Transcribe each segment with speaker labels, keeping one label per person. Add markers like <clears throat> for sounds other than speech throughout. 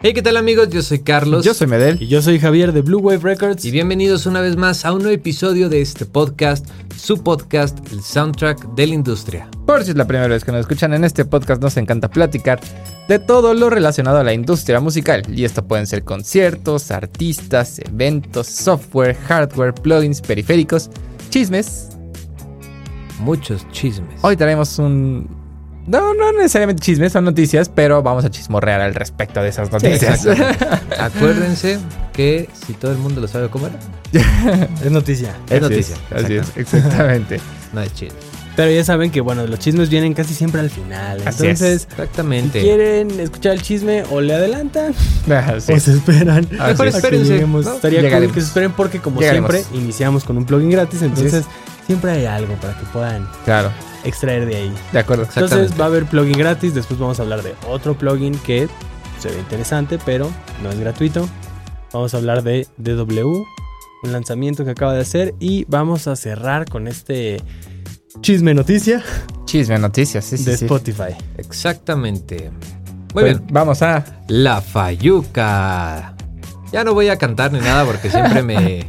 Speaker 1: Hey, ¿qué tal amigos? Yo soy Carlos.
Speaker 2: Yo soy Medel.
Speaker 3: Y yo soy Javier de Blue Wave Records.
Speaker 1: Y bienvenidos una vez más a un nuevo episodio de este podcast, su podcast, el soundtrack de la industria.
Speaker 2: Por si es la primera vez que nos escuchan en este podcast, nos encanta platicar de todo lo relacionado a la industria musical. Y esto pueden ser conciertos, artistas, eventos, software, hardware, plugins, periféricos, chismes.
Speaker 1: Muchos chismes.
Speaker 2: Hoy traemos un... No, no necesariamente chismes, son noticias, pero vamos a chismorrear al respecto de esas noticias. <laughs>
Speaker 1: Acuérdense que si todo el mundo lo sabe cómo era,
Speaker 3: Es noticia.
Speaker 1: es
Speaker 2: Así
Speaker 1: noticia.
Speaker 2: así es,
Speaker 3: <laughs>
Speaker 2: exactamente.
Speaker 1: no es chisme.
Speaker 3: Pero ya saben que, bueno, los chismes vienen casi siempre al final.
Speaker 2: Así es.
Speaker 3: Entonces, si
Speaker 1: Exactamente.
Speaker 3: quieren escuchar el chisme, o le adelantan,
Speaker 2: Así
Speaker 3: o
Speaker 2: es.
Speaker 3: <laughs> se esperan.
Speaker 2: Así
Speaker 1: Mejor
Speaker 2: es.
Speaker 3: a que
Speaker 1: espérense,
Speaker 3: lleguemos.
Speaker 1: ¿no?
Speaker 3: Estaría cool
Speaker 2: Llegaremos.
Speaker 3: que se esperen porque, como
Speaker 2: Llegaremos.
Speaker 3: siempre, iniciamos con un plugin gratis. Entonces, siempre hay algo para que puedan
Speaker 2: Claro,
Speaker 3: extraer de ahí.
Speaker 2: de acuerdo.
Speaker 3: Entonces, va a haber plugin gratis. Después vamos a hablar de otro plugin que se ve interesante, pero no es gratuito. Vamos a hablar de DW, un lanzamiento que acaba de hacer. Y vamos a cerrar con este chisme noticia
Speaker 2: Chisme, noticias, sí, sí,
Speaker 3: de
Speaker 2: sí.
Speaker 3: Spotify.
Speaker 1: Exactamente. Muy
Speaker 2: Pues
Speaker 1: bien.
Speaker 2: vamos a...
Speaker 1: La Fayuca. Ya no voy a cantar ni nada porque siempre
Speaker 2: <laughs>
Speaker 1: me,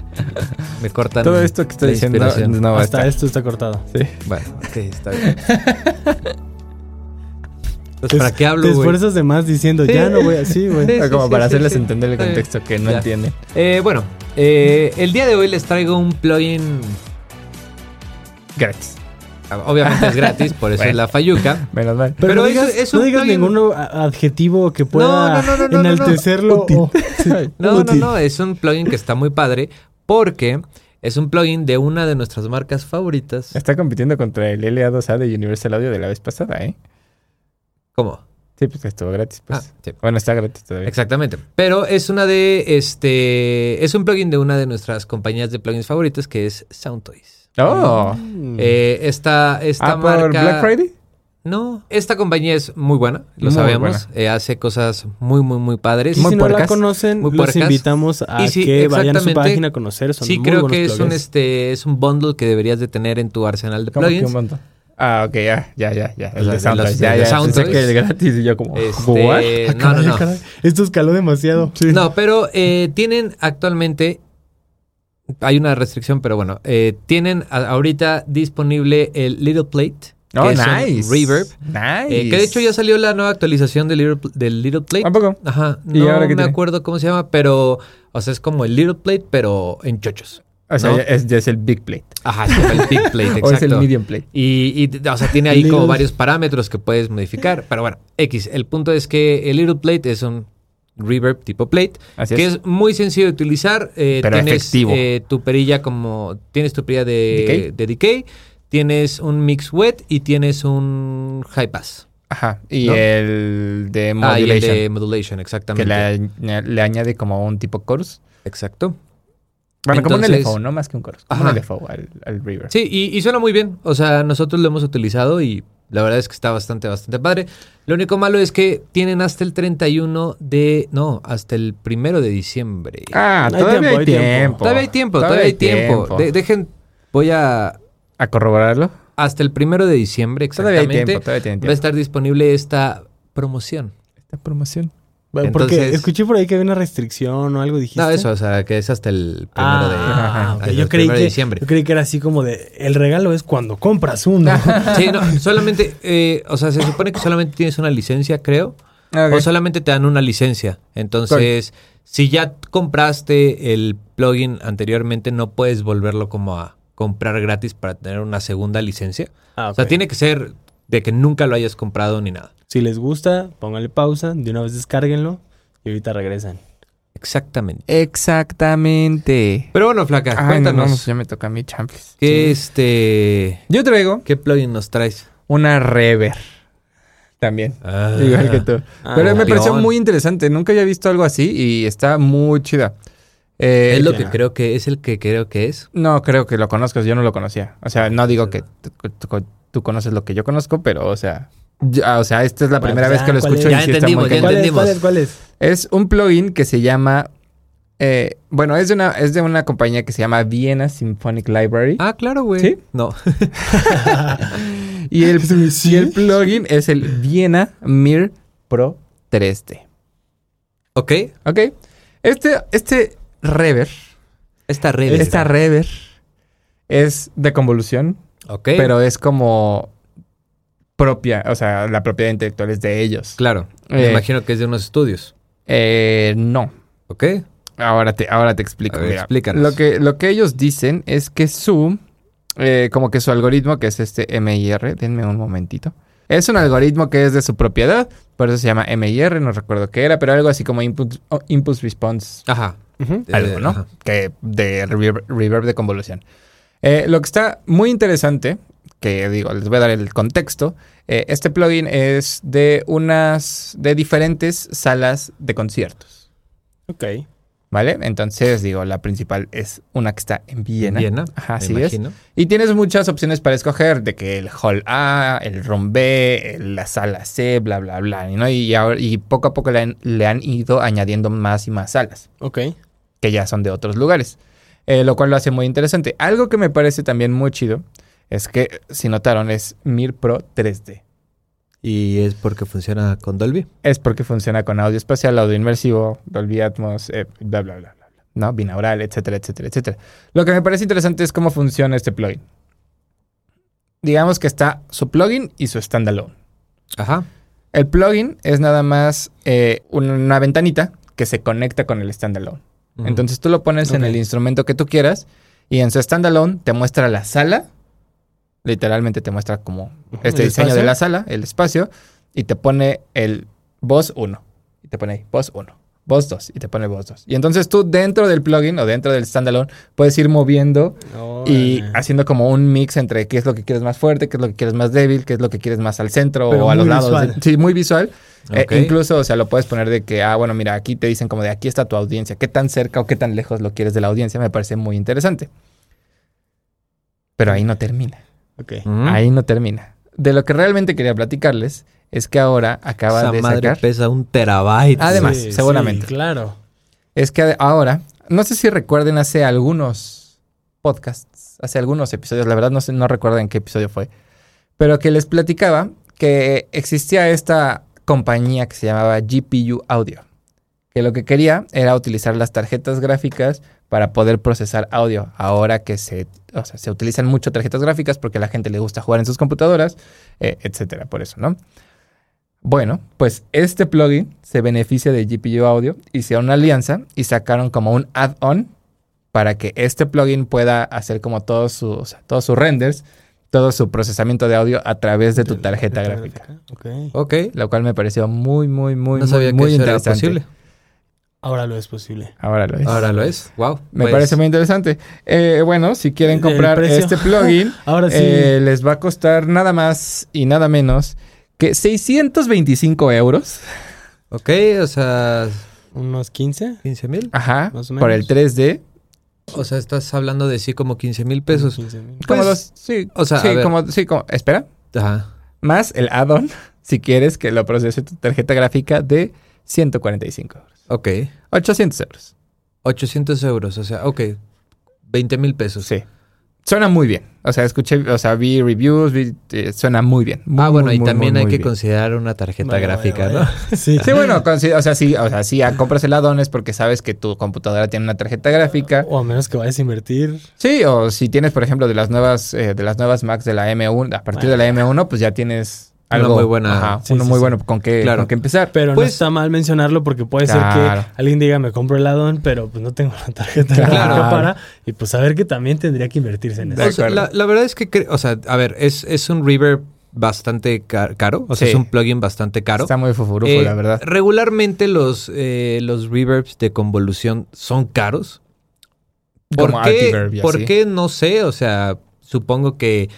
Speaker 1: me cortan.
Speaker 2: Todo esto que estoy
Speaker 1: la
Speaker 2: diciendo
Speaker 1: inspiración.
Speaker 2: no va a
Speaker 3: Hasta
Speaker 2: estar.
Speaker 3: esto está cortado.
Speaker 1: Bueno, ok,
Speaker 2: <laughs>
Speaker 1: está bien. Entonces,
Speaker 3: Te-
Speaker 1: Pues, ¿para qué hablo,
Speaker 3: Te
Speaker 1: güey?
Speaker 3: esfuerzas de más diciendo,
Speaker 1: Sí.
Speaker 3: ya no voy así, güey.
Speaker 1: Sí,
Speaker 2: Como
Speaker 1: sí,
Speaker 2: para
Speaker 1: sí,
Speaker 2: hacerles
Speaker 1: sí.
Speaker 2: entender el
Speaker 1: Está bien.
Speaker 2: contexto que no
Speaker 1: Ya.
Speaker 2: entienden.
Speaker 1: Eh, bueno, eh, el día de hoy les traigo un plugin.
Speaker 2: Gratis.
Speaker 1: Obviamente es gratis, por eso
Speaker 3: <laughs>
Speaker 2: Bueno.
Speaker 1: es la Fayuca.
Speaker 2: Menos mal.
Speaker 3: Pero,
Speaker 1: Pero
Speaker 3: no
Speaker 1: es-
Speaker 3: digas,
Speaker 1: es
Speaker 3: no
Speaker 1: un
Speaker 3: digas
Speaker 1: plugin-
Speaker 3: ningún a- adjetivo que
Speaker 1: no,
Speaker 3: pueda
Speaker 1: no, no, no, no.
Speaker 3: enaltecerlo. o- <laughs> sí,
Speaker 1: No, no,
Speaker 3: útil.
Speaker 1: no, es un plugin que está muy padre porque es un plugin de una de nuestras marcas favoritas.
Speaker 2: Está compitiendo contra el LA2A de Universal Audio de la vez pasada, ¿eh?
Speaker 1: ¿Cómo?
Speaker 2: Sí, pues que estuvo gratis,
Speaker 1: Ah,
Speaker 2: pues.
Speaker 1: sí.
Speaker 2: Bueno, está gratis todavía.
Speaker 1: Exactamente. Pero es una de este. Es un plugin de una de nuestras compañías de plugins favoritas que es Soundtoys.
Speaker 2: ¡Oh!
Speaker 3: Mm.
Speaker 1: Eh, esta esta
Speaker 2: ¿Ah, por
Speaker 1: marca.
Speaker 2: Black Friday?
Speaker 1: No, esta compañía es muy buena, lo
Speaker 2: Muy
Speaker 1: sabemos. Eh, hace cosas muy, muy, muy padres.
Speaker 3: Y
Speaker 2: Muy
Speaker 3: si no la
Speaker 2: puercas,
Speaker 3: conocen,
Speaker 1: muy
Speaker 3: los
Speaker 1: puercas.
Speaker 3: invitamos a
Speaker 1: Y sí,
Speaker 3: que vayan a su
Speaker 1: exactamente.
Speaker 3: página a conocer. Son
Speaker 1: sí,
Speaker 3: muy
Speaker 1: creo
Speaker 3: buenos
Speaker 1: que es un,
Speaker 3: bloggers.
Speaker 1: este, es un bundle que deberías de tener en tu arsenal de
Speaker 2: ¿Cómo que
Speaker 1: plugins.
Speaker 2: un montón? Ah, ok, ya, ya, ya,
Speaker 1: O
Speaker 2: ya.
Speaker 1: sea,
Speaker 2: El
Speaker 1: de
Speaker 2: de Soundtrack.
Speaker 1: los-
Speaker 2: ya,
Speaker 1: de
Speaker 2: ya.
Speaker 1: los
Speaker 2: Pensé
Speaker 1: Soundtracks.
Speaker 2: que el gratis y yo como,
Speaker 1: Este,
Speaker 2: <laughs> ¿what?
Speaker 1: Ah, no,
Speaker 3: Caray,
Speaker 1: no, no.
Speaker 3: caray. Esto escaló demasiado.
Speaker 1: <laughs> No, pero eh, tienen actualmente. Hay una restricción, pero bueno. eh, tienen a- ahorita disponible el Little Plate. Que
Speaker 2: Oh,
Speaker 1: es un
Speaker 2: nice.
Speaker 1: Reverb.
Speaker 2: Nice.
Speaker 1: eh, que de hecho ya salió la nueva actualización del Little, Pl- del Little Plate.
Speaker 2: ¿A poco?
Speaker 1: Ajá.
Speaker 2: ¿Y
Speaker 1: No
Speaker 2: ahora qué
Speaker 1: me
Speaker 2: tiene?
Speaker 1: acuerdo cómo se llama, pero. O sea, es como el Little Plate, pero en chochos.
Speaker 2: O sea,
Speaker 1: ¿no?
Speaker 2: ya, es, ya es el Big Plate.
Speaker 1: Ajá, es como el Big Plate, exacto.
Speaker 2: <laughs> O es el Medium Plate.
Speaker 1: Y, y, o sea, tiene ahí como
Speaker 3: Little-
Speaker 1: varios parámetros que puedes modificar. Pero bueno, X. El punto es que el Little Plate es un reverb tipo plate,
Speaker 2: Así
Speaker 1: que
Speaker 2: es.
Speaker 1: es. muy sencillo de utilizar. Eh,
Speaker 2: Pero
Speaker 1: tienes
Speaker 2: efectivo.
Speaker 1: eh, tu perilla como. Tienes tu perilla de
Speaker 2: Decay.
Speaker 1: de decay, tienes un mix wet y tienes un high pass.
Speaker 2: Ajá. Y
Speaker 1: ¿no?
Speaker 2: el de
Speaker 1: Ah, y el
Speaker 2: Modulation.
Speaker 1: de modulation,
Speaker 2: que
Speaker 1: exactamente.
Speaker 2: le, le añade como un tipo chorus.
Speaker 1: Exacto.
Speaker 2: Bueno, como un
Speaker 1: Entonces-
Speaker 2: LFO, no más que un chorus. Como
Speaker 1: Ajá.
Speaker 2: un LFO al, al Reaver.
Speaker 1: Sí, y, y suena muy bien. O sea, nosotros lo hemos utilizado y la verdad es que está bastante, bastante padre. Lo único malo es que tienen hasta el 31 de... No, hasta el primero de diciembre.
Speaker 2: Ah,
Speaker 3: Hay
Speaker 2: todavía
Speaker 3: tiempo,
Speaker 2: hay
Speaker 3: hay
Speaker 2: tiempo.
Speaker 3: tiempo.
Speaker 1: todavía hay tiempo, todavía, hay tiempo. De- dejen, voy a...
Speaker 2: ¿A corroborarlo?
Speaker 1: Hasta el primero de diciembre,
Speaker 2: Todavía hay
Speaker 1: exactamente.
Speaker 2: tiempo, todavía
Speaker 1: Va
Speaker 2: tienen
Speaker 1: a
Speaker 2: tiempo.
Speaker 1: estar disponible esta promoción.
Speaker 2: Esta promoción.
Speaker 3: Bueno, Porque
Speaker 1: Entonces-
Speaker 3: escuché por ahí que había una restricción o algo, dijiste.
Speaker 1: No, eso, o sea, que es hasta el primero de...
Speaker 3: Ah, ok.
Speaker 1: hasta el
Speaker 3: yo, creí
Speaker 1: primero
Speaker 3: que,
Speaker 1: de diciembre.
Speaker 3: yo creí que era así como de el regalo es cuando
Speaker 1: <laughs>
Speaker 3: compras uno. Ah,
Speaker 1: Sí, no, solamente, eh, o sea, se supone que solamente tienes una licencia, creo. O solamente te dan una licencia. Entonces, si ya compraste el plugin anteriormente, no puedes volverlo como a comprar gratis para tener una segunda licencia.
Speaker 3: Ah,
Speaker 1: O sea,
Speaker 3: ok.
Speaker 1: tiene que ser de que nunca lo hayas comprado ni nada.
Speaker 3: Si les gusta, pónganle pausa, de una vez descárguenlo y ahorita regresan.
Speaker 1: Exactamente.
Speaker 2: Exactamente.
Speaker 1: Pero bueno, flaca,
Speaker 2: Ay, no,
Speaker 1: cuéntanos.
Speaker 2: no, ya me toca mi champs.
Speaker 1: ¿qué, este,
Speaker 2: Yo traigo
Speaker 1: ¿Qué plugin nos traes?
Speaker 2: una rever. También.
Speaker 1: Ah,
Speaker 2: <laughs> Igual que tú.
Speaker 3: Ah,
Speaker 2: Pero me
Speaker 1: campeón.
Speaker 2: pareció muy interesante. Nunca había visto algo así y está muy chida. Eh,
Speaker 1: Es lo
Speaker 3: ya.
Speaker 1: que creo que es el que creo que es.
Speaker 2: No creo que lo conozcas, yo no lo conocía. O sea, no digo que tú, tú- tú conoces lo que yo conozco, pero o sea, ya, o sea, esta es la
Speaker 3: Bueno,
Speaker 2: primera vez
Speaker 3: pues ya,
Speaker 2: que lo
Speaker 3: ¿cuál
Speaker 2: escucho
Speaker 3: es?
Speaker 2: y
Speaker 1: Ah, Ya
Speaker 2: sí está
Speaker 1: entendimos,
Speaker 2: muy
Speaker 1: ya
Speaker 2: cañón.
Speaker 3: ¿Cuál es?
Speaker 1: entendimos.
Speaker 3: ¿Cuál es? ¿Cuál es?
Speaker 2: Es un plugin que se llama eh, bueno, es de una es de una compañía que se llama Vienna Symphonic Library
Speaker 1: Ah, claro, güey.
Speaker 2: ¿Sí?
Speaker 1: No. <laughs>
Speaker 2: y el y el plugin es el Vienna Mir Pro 3D.
Speaker 1: Ok.
Speaker 2: Ok. Este, este rever,
Speaker 1: Esta red.
Speaker 2: esta rever es de convolución,
Speaker 1: Ok.
Speaker 2: pero es como propia, o sea, la propiedad intelectual es de ellos.
Speaker 1: claro. Me
Speaker 2: Eh.
Speaker 1: imagino que es de unos estudios.
Speaker 2: Eh, no.
Speaker 1: Ok.
Speaker 2: Ahora te, ahora te explico.
Speaker 1: A ver,
Speaker 2: mira.
Speaker 1: explícanos.
Speaker 2: Lo que, lo que ellos dicen es que su, eh, como que su algoritmo, que es este MIR, denme un momentito. Es un algoritmo que es de su propiedad, por eso se llama MIR, no recuerdo qué era, pero algo así como input, o- impulse response
Speaker 1: Ajá.
Speaker 3: Ujú.
Speaker 2: algo, ¿no?
Speaker 1: Eh, Este, Ajá.
Speaker 2: Que de reverb, reverb de convolución. Eh, lo que está muy interesante, que digo, les voy a dar el contexto. eh, este plugin es de unas, de diferentes salas de conciertos,
Speaker 3: Ok.
Speaker 2: ¿vale? Entonces, digo, la principal es una que está en Viena.
Speaker 1: Viena.
Speaker 2: Ajá,
Speaker 1: me
Speaker 2: así es.
Speaker 1: imagino.
Speaker 2: Y tienes muchas opciones para escoger, de que el hall A, el room B, el- la sala C, bla, bla, bla, ¿no? Y, ahora, y poco a poco le han- le han ido añadiendo más y más salas
Speaker 3: Ok.
Speaker 2: que ya son de otros lugares, eh, lo cual lo hace muy interesante. Algo que me parece también muy chido es que, si notaron, es Mir Pro 3D.
Speaker 1: Y es porque funciona con Dolby.
Speaker 2: Es porque funciona con audio espacial, audio inmersivo, Dolby Atmos, eh, bla, bla, bla, bla, bla, ¿no? Binaural, etcétera, etcétera, etcétera. Lo que me parece interesante es cómo funciona este plugin. Digamos que está su plugin y su standalone.
Speaker 1: Ajá.
Speaker 2: El plugin es nada más eh, una ventanita que se conecta con el standalone.
Speaker 1: Ujú.
Speaker 2: Entonces tú lo pones en
Speaker 3: Ok.
Speaker 2: el instrumento que tú quieras y en su standalone te muestra la sala. Literalmente te muestra como este
Speaker 3: ¿El
Speaker 2: diseño
Speaker 3: espacio?
Speaker 2: de la sala, el espacio, y te pone el voz 1. Y te pone ahí, voz 1, voz 2, y te pone voz 2. Y entonces tú dentro del plugin o dentro del standalone puedes ir moviendo y
Speaker 3: Órale.
Speaker 2: haciendo como un mix entre qué es lo que quieres más fuerte, qué es lo que quieres más débil, qué es lo que quieres más al centro
Speaker 3: Pero
Speaker 2: o a los
Speaker 3: muy
Speaker 2: lados.
Speaker 3: visual.
Speaker 2: Sí, muy visual. Eh,
Speaker 1: Ok.
Speaker 2: incluso, o sea, lo puedes poner de que, ah, bueno, mira, aquí te dicen como de aquí está tu audiencia, qué tan cerca o qué tan lejos lo quieres de la audiencia, me parece muy interesante. Pero ahí no termina.
Speaker 3: Ok.
Speaker 1: Ujú.
Speaker 2: Ahí no termina. De lo que realmente quería platicarles es que ahora acaba
Speaker 1: Esa
Speaker 2: de
Speaker 1: madre
Speaker 2: sacar.
Speaker 1: pesa un terabyte.
Speaker 2: Además. seguramente.
Speaker 3: claro.
Speaker 2: Es que ade- ahora, no sé si recuerden hace algunos podcasts, hace algunos episodios, la verdad no, sé, no recuerdo en qué episodio fue, pero que les platicaba que existía esta compañía que se llamaba GPU Audio, que lo que quería era utilizar las tarjetas gráficas para poder procesar audio, ahora que se, o sea, se utilizan mucho tarjetas gráficas porque a la gente le gusta jugar en sus computadoras, eh, etcétera, por eso, ¿no? Bueno, pues este plugin se beneficia de GPU Audio, hicieron una alianza y sacaron como un add-on para que este plugin pueda hacer como todos sus, todos sus renders, todo su procesamiento de audio a través de tu tarjeta gráfica.
Speaker 3: Ok.
Speaker 1: Ok.
Speaker 2: Lo cual me pareció muy, muy, muy,
Speaker 1: no sabía
Speaker 2: muy, muy
Speaker 1: que eso era
Speaker 2: interesante.
Speaker 1: posible.
Speaker 3: Ahora lo es posible.
Speaker 2: Ahora lo es.
Speaker 1: Ahora lo es. Pues, Wow.
Speaker 2: me parece muy interesante. Eh, bueno, si quieren
Speaker 3: El
Speaker 2: comprar
Speaker 3: precio.
Speaker 2: este plugin,
Speaker 3: Ahora sí.
Speaker 2: eh, les va a costar nada más y nada menos que 625 euros.
Speaker 1: Ok, o sea,
Speaker 3: Unos 15.
Speaker 1: 15 mil.
Speaker 2: Ajá.
Speaker 3: Más o
Speaker 2: Por el
Speaker 3: menos.
Speaker 2: 3D.
Speaker 1: O sea, estás hablando de sí como 15 mil pesos.
Speaker 3: 15 mil.
Speaker 2: Como
Speaker 1: Pues,
Speaker 2: los- Sí,
Speaker 1: o sea,
Speaker 2: sí,
Speaker 1: a ver.
Speaker 2: como, sí, como- espera.
Speaker 1: Ajá.
Speaker 2: Más el add-on, <laughs> si quieres que lo procese tu tarjeta gráfica de 145 euros.
Speaker 1: Ok.
Speaker 2: 800 euros.
Speaker 1: 800 euros, o sea, ok. 20 mil pesos.
Speaker 2: Sí. Suena muy bien. O sea, escuché, o sea, vi reviews, vi, eh, suena muy bien. Muy,
Speaker 1: ah, bueno,
Speaker 2: muy,
Speaker 1: y
Speaker 2: muy,
Speaker 1: también
Speaker 2: muy,
Speaker 1: hay
Speaker 2: muy
Speaker 1: que
Speaker 2: bien.
Speaker 1: considerar una tarjeta
Speaker 3: Vaya,
Speaker 1: gráfica,
Speaker 3: vaya,
Speaker 1: ¿no?
Speaker 3: <laughs> vaya. Sí.
Speaker 2: Sí, bueno, consi- o sea, sí, o sea, sí, ah, compras el add-on es porque sabes que tu computadora tiene una tarjeta gráfica.
Speaker 3: O a menos que vayas a invertir.
Speaker 2: Sí, o si tienes, por ejemplo, de las nuevas, eh, de las nuevas Macs de la M1, a partir de la M1, pues ya tienes
Speaker 1: Una
Speaker 2: algo
Speaker 1: muy buena-
Speaker 2: ajá,
Speaker 3: Sí,
Speaker 2: uno
Speaker 3: sí,
Speaker 2: muy
Speaker 3: sí.
Speaker 2: bueno con qué,
Speaker 1: Claro.
Speaker 2: con qué empezar.
Speaker 3: Pero no
Speaker 1: Pues-
Speaker 3: está mal mencionarlo porque puede
Speaker 2: Claro.
Speaker 3: ser que alguien diga, me compro el add pero pues no tengo la tarjeta
Speaker 2: Claro.
Speaker 3: gráfica para. Y pues saber que también tendría que invertirse en
Speaker 2: De
Speaker 3: eso.
Speaker 1: O sea,
Speaker 2: acuerdo.
Speaker 1: la, la verdad es que, cre- o sea, a ver, es, es un reverb bastante car- caro, o sea,
Speaker 2: Sí.
Speaker 1: es un plugin bastante caro.
Speaker 2: Está muy fufurufo,
Speaker 1: Eh,
Speaker 2: la verdad.
Speaker 1: Regularmente los, eh, los reverbs de convolución son caros. ¿Por,
Speaker 2: Como
Speaker 1: qué,
Speaker 2: Artiverb y
Speaker 1: por
Speaker 2: así.
Speaker 1: qué? No sé, o sea, supongo que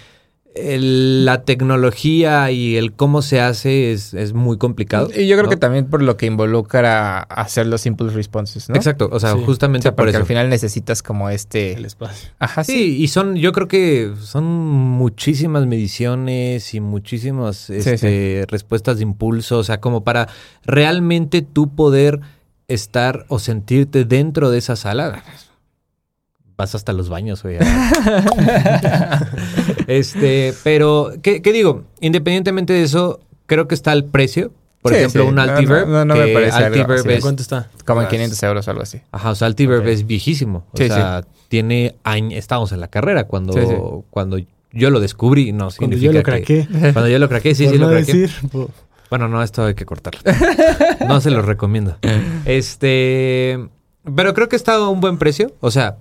Speaker 1: el- la tecnología y el cómo se hace es, es muy complicado.
Speaker 2: Y yo creo
Speaker 1: ¿no?
Speaker 2: que también por lo que involucra hacer los impulse responses, ¿no?
Speaker 1: Exacto, o sea,
Speaker 3: Sí.
Speaker 2: O
Speaker 1: justamente
Speaker 2: sea,
Speaker 1: por
Speaker 2: porque
Speaker 1: eso.
Speaker 2: al final necesitas como
Speaker 3: El
Speaker 2: este...
Speaker 3: espacio.
Speaker 2: Ajá,
Speaker 1: Sí,
Speaker 2: sí.
Speaker 1: y son, yo creo que son muchísimas mediciones y muchísimas este, respuestas de impulso, o sea, como para realmente tú poder estar o sentirte dentro de esa sala. Vas hasta los baños, güey.
Speaker 2: <laughs>
Speaker 1: este, pero, ¿qué, qué digo? Independientemente de eso, creo que está el precio. Por
Speaker 2: Sí,
Speaker 1: ejemplo,
Speaker 2: sí.
Speaker 1: un
Speaker 2: No, no,
Speaker 1: Altiverb.
Speaker 2: no, no me
Speaker 1: que
Speaker 2: parece algo
Speaker 1: Altiverb
Speaker 2: así.
Speaker 1: es-
Speaker 3: ¿Cuánto está?
Speaker 2: Como en
Speaker 1: Ah,
Speaker 2: 500 euros o algo así.
Speaker 1: Ajá, o sea, Altiverb es viejísimo. O
Speaker 2: Sí, sí.
Speaker 1: sea, tiene años. Estábamos en la carrera cuando,
Speaker 2: Sí, sí.
Speaker 1: cuando yo lo descubrí. No,
Speaker 3: Cuando
Speaker 1: significa
Speaker 3: yo lo
Speaker 1: que-
Speaker 3: craqué.
Speaker 1: <laughs> Cuando yo lo craqué, sí,
Speaker 3: por
Speaker 1: sí
Speaker 3: no
Speaker 1: lo craqué.
Speaker 3: decir. pues, po-
Speaker 1: Bueno, no, esto hay que cortarlo. No se los recomiendo. Este. Pero creo que está a un buen precio. O sea,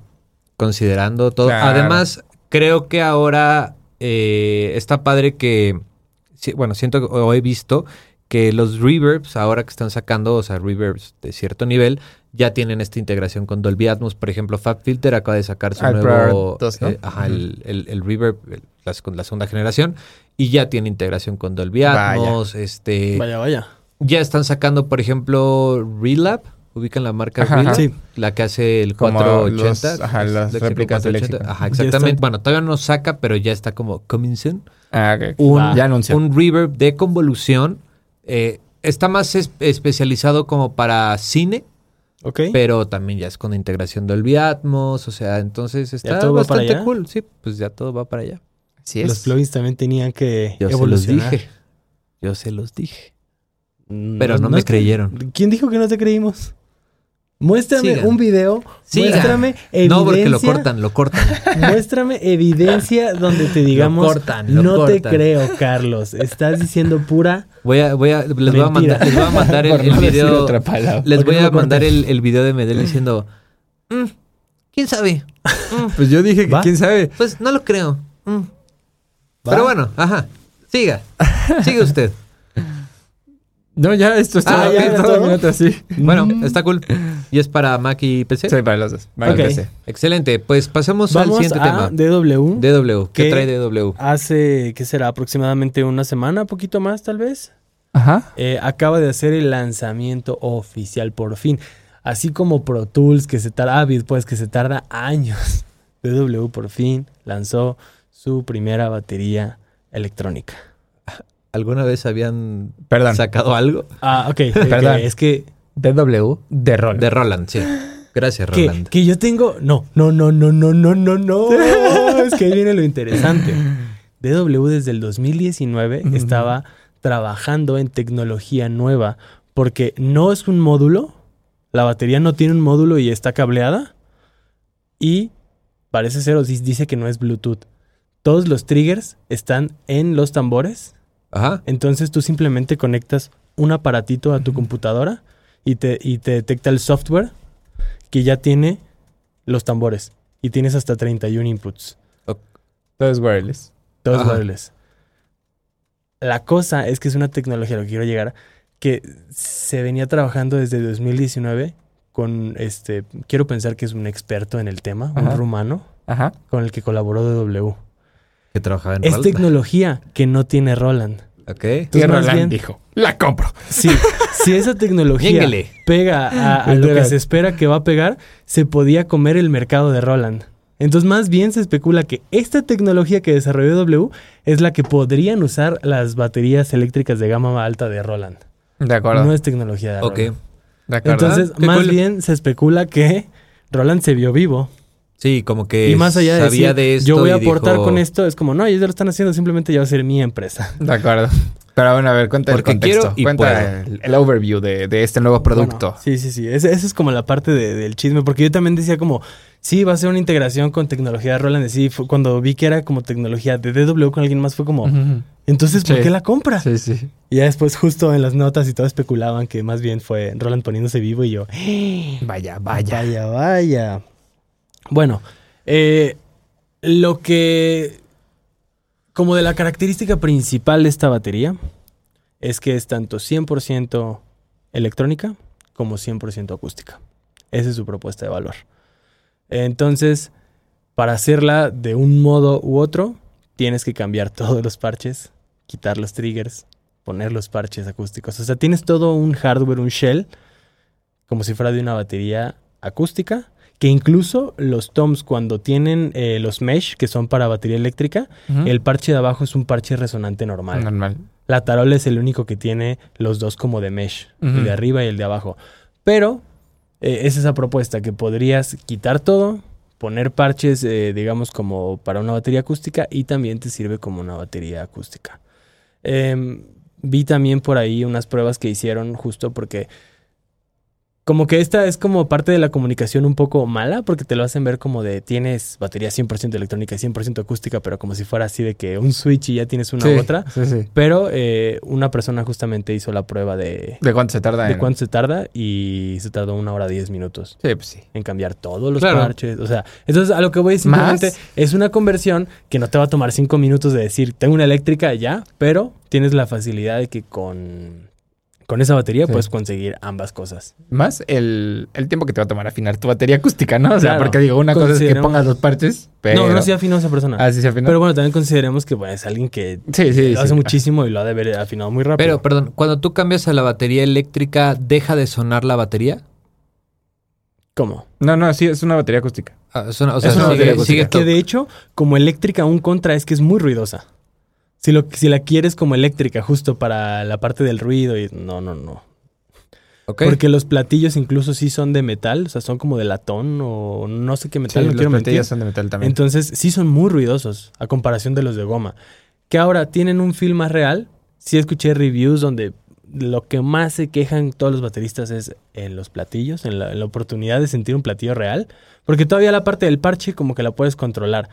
Speaker 1: considerando todo.
Speaker 2: Claro.
Speaker 1: Además, creo que ahora eh, está padre que. sí, Bueno, siento que- o he visto que los reverbs ahora que están sacando, o sea, reverbs de cierto nivel, ya tienen esta integración con Dolby Atmos. Por ejemplo, FabFilter acaba de sacar su
Speaker 2: Al
Speaker 1: nuevo.
Speaker 2: Ah, Pro 2, ¿no?
Speaker 1: eh, ajá, el, el- el reverb, el- las- con la segunda generación. Y ya tiene integración con Dolby
Speaker 2: Vaya.
Speaker 1: Atmos. Este.
Speaker 3: Vaya, vaya.
Speaker 1: Ya están sacando, por ejemplo, Relab. Ubican la marca
Speaker 2: Ajá,
Speaker 1: Relab.
Speaker 2: ajá.
Speaker 3: Sí.
Speaker 1: La que hace el
Speaker 2: Como
Speaker 1: 480.
Speaker 2: los- ajá,
Speaker 1: es
Speaker 2: las
Speaker 1: Lexicon
Speaker 2: réplicas del
Speaker 1: 480.
Speaker 2: Lexicon.
Speaker 1: Ajá,
Speaker 3: Ya
Speaker 1: exactamente.
Speaker 3: está.
Speaker 1: Bueno, todavía no saca, pero ya está como coming soon.
Speaker 2: Ah, ok.
Speaker 1: Un,
Speaker 2: ya anunció.
Speaker 1: un reverb de convolución. eh, está más es- especializado como para cine,
Speaker 3: Ok.
Speaker 1: pero también ya es con integración Dolby Atmos. O sea, entonces está
Speaker 3: todo va para
Speaker 1: bastante
Speaker 3: allá?
Speaker 1: cool. Sí, pues ya todo va para allá.
Speaker 2: Así es. <laughs>
Speaker 3: Los plugins también tenían que
Speaker 1: Yo se los
Speaker 3: evolucionar.
Speaker 1: dije. Yo se los dije.
Speaker 3: Mm,
Speaker 1: Pero no, me
Speaker 3: es-
Speaker 1: creyeron.
Speaker 3: ¿Quién dijo que no te creímos? Muéstrame
Speaker 1: Sigan.
Speaker 3: un video.
Speaker 1: Sigan.
Speaker 3: Muéstrame evidencia.
Speaker 1: No, porque lo cortan, lo cortan.
Speaker 3: Muéstrame evidencia donde te digamos.
Speaker 1: Lo cortan, lo
Speaker 3: no te
Speaker 1: cortan".
Speaker 3: creo, Carlos. Estás diciendo pura.
Speaker 1: Voy a, voy a, les, voy
Speaker 3: Mentira.
Speaker 1: a mandar, les voy a mandar el,
Speaker 2: <laughs> Por
Speaker 1: el
Speaker 2: no decir
Speaker 1: video.
Speaker 2: otra palabra.
Speaker 1: Les
Speaker 3: ¿Por
Speaker 1: voy
Speaker 3: qué no
Speaker 1: a
Speaker 3: lo
Speaker 1: mandar
Speaker 3: cortas?
Speaker 1: el, el video de Medel diciendo. "Mm, ¿Quién sabe? Mm,
Speaker 2: Pues yo dije que
Speaker 3: ¿Va?
Speaker 2: quién sabe.
Speaker 1: pues no lo creo. Mm". Pero bueno, ajá. Siga. Sigue usted.
Speaker 2: No, ya esto está
Speaker 1: Ah,
Speaker 2: ah,
Speaker 1: ya era
Speaker 2: todo
Speaker 3: todo.
Speaker 2: mi nota, sí.
Speaker 1: Bueno, está cool. Y es para Mac y PC.
Speaker 2: Soy para los dos. Vale,
Speaker 3: Ok.
Speaker 2: empecé.
Speaker 1: Excelente. Pues pasemos al
Speaker 3: Vamos
Speaker 1: siguiente
Speaker 3: a
Speaker 1: tema.
Speaker 3: DW.
Speaker 1: DW. ¿Qué,
Speaker 3: ¿Qué?
Speaker 1: trae DW?
Speaker 3: Hace, ¿qué será? Aproximadamente una semana, poquito más tal vez.
Speaker 2: Ajá.
Speaker 3: eh, acaba de hacer el lanzamiento oficial por fin. Así como Pro Tools, que se tarda, Avid, pues que se tarda años. <laughs> DW por fin lanzó su primera batería electrónica.
Speaker 1: ¿Alguna vez habían
Speaker 2: Perdón.
Speaker 1: sacado algo?
Speaker 3: Ah,
Speaker 1: <laughs>
Speaker 3: ok. ok,
Speaker 2: Perdón.
Speaker 3: Es que,
Speaker 2: DW de rol.
Speaker 1: De Roland, sí. Gracias,
Speaker 3: que,
Speaker 1: Roland.
Speaker 3: que yo tengo. No, no, no, no, no, no, no, no. es que ahí viene lo interesante. DW desde el 2019
Speaker 2: Ujú.
Speaker 3: estaba trabajando en tecnología nueva porque no es un módulo, la batería no tiene un módulo y está cableada y parece ser o di- dice que no es Bluetooth. Todos los triggers están en los tambores,
Speaker 1: Ajá.
Speaker 3: entonces tú simplemente conectas un aparatito a tu computadora y te, y te detecta el software que ya tiene los tambores y tienes hasta 31 inputs.
Speaker 2: Todo es wireless.
Speaker 3: Todos
Speaker 1: Ajá.
Speaker 3: wireless. La cosa es que es una tecnología, a lo que quiero llegar, que se venía trabajando desde 2019 con este, quiero pensar que es un experto en el tema,
Speaker 2: Ajá.
Speaker 3: un rumano,
Speaker 2: Ajá.
Speaker 3: con el que colaboró DW.
Speaker 1: Que trabajaba en
Speaker 3: Es
Speaker 1: Roland.
Speaker 3: tecnología que no tiene Roland.
Speaker 1: Ok.
Speaker 3: Entonces,
Speaker 2: y
Speaker 3: más
Speaker 2: Roland
Speaker 3: bien-
Speaker 2: dijo, la compro.
Speaker 3: Sí, si esa tecnología
Speaker 1: Ñénguele.
Speaker 3: pega a, a lo que se espera que va a pegar, se podía comer el mercado de Roland. Entonces, más bien se especula que esta tecnología que desarrolló W es la que podrían usar las baterías eléctricas de gama alta de Roland.
Speaker 2: De acuerdo.
Speaker 3: No es tecnología de
Speaker 1: Ok.
Speaker 3: Roland.
Speaker 2: de acuerdo.
Speaker 3: Entonces,
Speaker 1: Qué
Speaker 3: más
Speaker 1: cool.
Speaker 3: bien se especula que Roland se vio vivo.
Speaker 1: Sí, como que
Speaker 3: y más allá de,
Speaker 1: sabía
Speaker 3: decir,
Speaker 1: de esto.
Speaker 3: yo voy a
Speaker 1: y dijo,
Speaker 3: aportar con esto, es como, no, ellos ya lo están haciendo, simplemente ya va a ser mi empresa.
Speaker 2: de acuerdo. Pero bueno, a ver, cuenta el
Speaker 1: Porque
Speaker 2: contexto.
Speaker 1: quiero y
Speaker 2: cuenta
Speaker 1: puedo.
Speaker 2: el, el overview de, de este nuevo producto.
Speaker 3: Bueno, sí, sí, sí. Ese- Esa es como la parte de- del chisme, porque yo también decía como, sí, va a ser una integración con tecnología de Roland. Y sí, fue- cuando vi que era como tecnología de DW con alguien más, fue como,
Speaker 2: Ujú.
Speaker 3: entonces, ¿por
Speaker 2: Sí.
Speaker 3: qué la compra?
Speaker 2: Sí, sí.
Speaker 3: Y ya después, justo en las notas y todo, especulaban que más bien fue Roland poniéndose vivo y yo,
Speaker 2: Vaya, vaya.
Speaker 3: Vaya, vaya. Bueno, eh, lo que... Como de la característica principal de esta batería es que es tanto 100% electrónica como 100% acústica. Esa es su propuesta de valor. Entonces, para hacerla de un modo u otro, tienes que cambiar <laughs> todos los parches, quitar los triggers, poner los parches acústicos. O sea, tienes todo un hardware, un shell, como si fuera de una batería acústica, que incluso los toms cuando tienen eh, los mesh, que son para batería eléctrica,
Speaker 2: Ujú.
Speaker 3: el parche de abajo es un parche resonante normal.
Speaker 2: normal.
Speaker 3: La tarola es el único que tiene los dos como de mesh,
Speaker 2: Ujú.
Speaker 3: el de arriba y el de abajo. Pero eh, es esa propuesta que podrías quitar todo, poner parches, eh, digamos, como para una batería acústica y también te sirve como una batería acústica. Em, vi también por ahí unas pruebas que hicieron justo porque como que esta es como parte de la comunicación un poco mala, porque te lo hacen ver como de tienes batería 100% electrónica y 100% acústica, pero como si fuera así de que un switch y ya tienes una
Speaker 2: Sí,
Speaker 3: u otra.
Speaker 2: Sí, sí.
Speaker 3: Pero eh, una persona justamente hizo la prueba de,
Speaker 2: ¿De cuánto se tarda?
Speaker 3: de
Speaker 2: en-
Speaker 3: cuánto se tarda y se tardó una hora 10 minutos
Speaker 2: Sí, pues sí.
Speaker 3: en cambiar todos los
Speaker 1: Claro.
Speaker 3: parches. O sea, entonces a lo que voy es simplemente
Speaker 2: ¿Más?
Speaker 3: es una conversión que no te va a tomar cinco minutos de decir, tengo una eléctrica ya, pero tienes la facilidad de que con, con esa batería
Speaker 2: Sí.
Speaker 3: puedes conseguir ambas cosas.
Speaker 2: Más el, el tiempo que te va a tomar afinar tu batería acústica, ¿no? O sea,
Speaker 3: Claro.
Speaker 2: porque digo, una cosa es que
Speaker 3: Consideramos-
Speaker 2: pongas los parches, pero...
Speaker 3: No, no se afinó esa persona.
Speaker 2: Ah, sí se afina.
Speaker 3: Pero bueno, también consideremos que bueno, es alguien que
Speaker 2: sí, sí,
Speaker 3: lo
Speaker 2: sí.
Speaker 3: hace muchísimo y lo ha de haber afinado muy rápido.
Speaker 1: Pero, perdón, cuando tú cambias a la batería eléctrica, ¿deja de sonar la batería?
Speaker 3: ¿Cómo?
Speaker 2: Ah, No, no, sí, es una batería acústica.
Speaker 1: Ah, suena- o sea,
Speaker 2: Es una
Speaker 1: sigue,
Speaker 2: batería acústica.
Speaker 1: sigue
Speaker 3: que
Speaker 1: to-
Speaker 3: de hecho, como eléctrica, un contra es que es muy ruidosa. Si, lo, si la quieres como eléctrica, justo para la parte del ruido y... No, no, no.
Speaker 1: ok.
Speaker 3: Porque los platillos incluso sí son de metal, o sea, son como de latón o no sé qué metal, no
Speaker 2: los
Speaker 3: quiero mentir.
Speaker 2: platillos son de metal también.
Speaker 3: Entonces sí son muy ruidosos a comparación de los de goma. Que ahora tienen un feel más real. Sí escuché reviews donde lo que más se quejan todos los bateristas es en los platillos, en la, en la oportunidad de sentir un platillo real. Porque todavía la parte del parche como que la puedes controlar.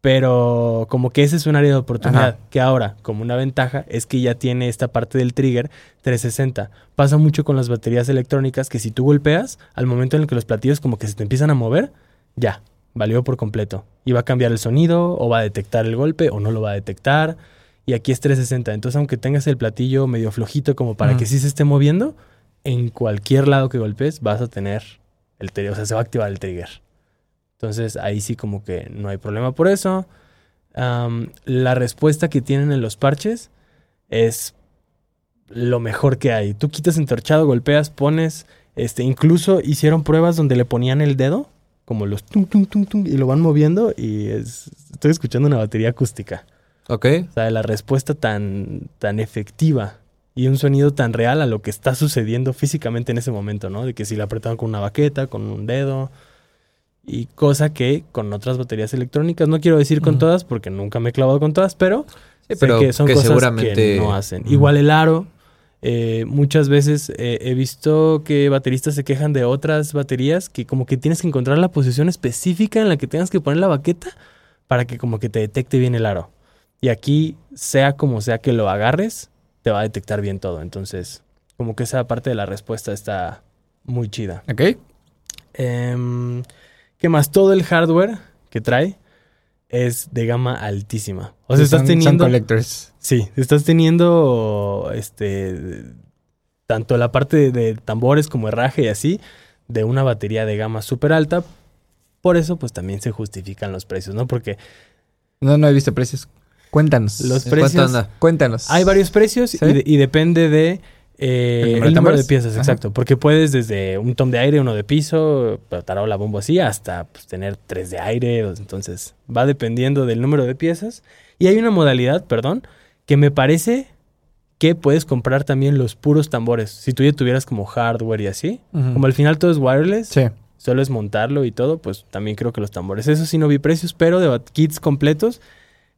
Speaker 3: Pero como que ese es un área de oportunidad.
Speaker 2: Ajá.
Speaker 3: Que ahora, como una ventaja, es que ya tiene esta parte del trigger 360. Pasa mucho con las baterías electrónicas que si tú golpeas, al momento en el que los platillos como que se te empiezan a mover, ya, valió por completo. Y va a cambiar el sonido, o va a detectar el golpe, o no lo va a detectar. Y aquí es 360. Entonces, aunque tengas el platillo medio flojito como para
Speaker 2: Ujú.
Speaker 3: que sí se esté moviendo, en cualquier lado que golpes vas a tener el trigger. O sea, se va a activar el trigger. Entonces, ahí sí como que no hay problema por eso. Am, la respuesta que tienen en los parches es lo mejor que hay. Tú quitas entorchado, golpeas, pones. Este, incluso hicieron pruebas donde le ponían el dedo, como los tum, tum, tum, tum, y lo van moviendo. Y es- estoy escuchando una batería acústica.
Speaker 1: ok.
Speaker 3: O sea, la respuesta tan, tan efectiva y un sonido tan real a lo que está sucediendo físicamente en ese momento, ¿no? De que si la apretaban con una baqueta, con un dedo. Y cosa que con otras baterías electrónicas, no quiero decir con
Speaker 1: Ujú.
Speaker 3: todas porque nunca me he clavado con todas, pero
Speaker 1: Sí,
Speaker 3: Sé
Speaker 1: pero
Speaker 3: que son cosas que
Speaker 1: seguramente
Speaker 3: no hacen.
Speaker 1: Ujú.
Speaker 3: Igual el aro. eh, muchas veces eh, he visto que bateristas se quejan de otras baterías que como que tienes que encontrar la posición específica en la que tengas que poner la baqueta para que como que te detecte bien el aro. Y aquí, sea como sea que lo agarres, te va a detectar bien todo. Entonces, como que esa parte de la respuesta está muy chida.
Speaker 2: ¿Ok?
Speaker 3: Em, ¿Qué más? Todo el hardware que trae es de gama altísima. O sea,
Speaker 2: Sí, son-
Speaker 3: estás teniendo...
Speaker 2: Son collectors.
Speaker 3: Sí, estás teniendo este tanto la parte de tambores como herraje y así de una batería de gama súper alta. Por eso pues también se justifican los precios, ¿no? Porque
Speaker 2: No, no he visto precios. Cuéntanos.
Speaker 3: Los
Speaker 1: ¿En cuánto
Speaker 3: precios-
Speaker 1: anda?
Speaker 2: Cuéntanos.
Speaker 3: hay varios precios y,
Speaker 2: ¿Sí?
Speaker 3: de- y depende de eh,
Speaker 2: ¿El número
Speaker 3: el número,
Speaker 2: de
Speaker 3: de
Speaker 2: tambores?
Speaker 3: piezas,
Speaker 2: Ajá.
Speaker 3: exacto. Porque puedes desde un tom de aire, uno de piso, pero tarola, bombo así, hasta pues, tener tres de aire. o- Entonces va dependiendo del número de piezas. Y hay una modalidad, perdón, que me parece que puedes comprar también los puros tambores. Si tú ya tuvieras como hardware y así.
Speaker 2: Ujú.
Speaker 3: Como al final todo es wireless,
Speaker 2: Sí.
Speaker 3: solo es montarlo y todo, pues también creo que los tambores. Eso sí no vi precios, pero de bat- kits completos,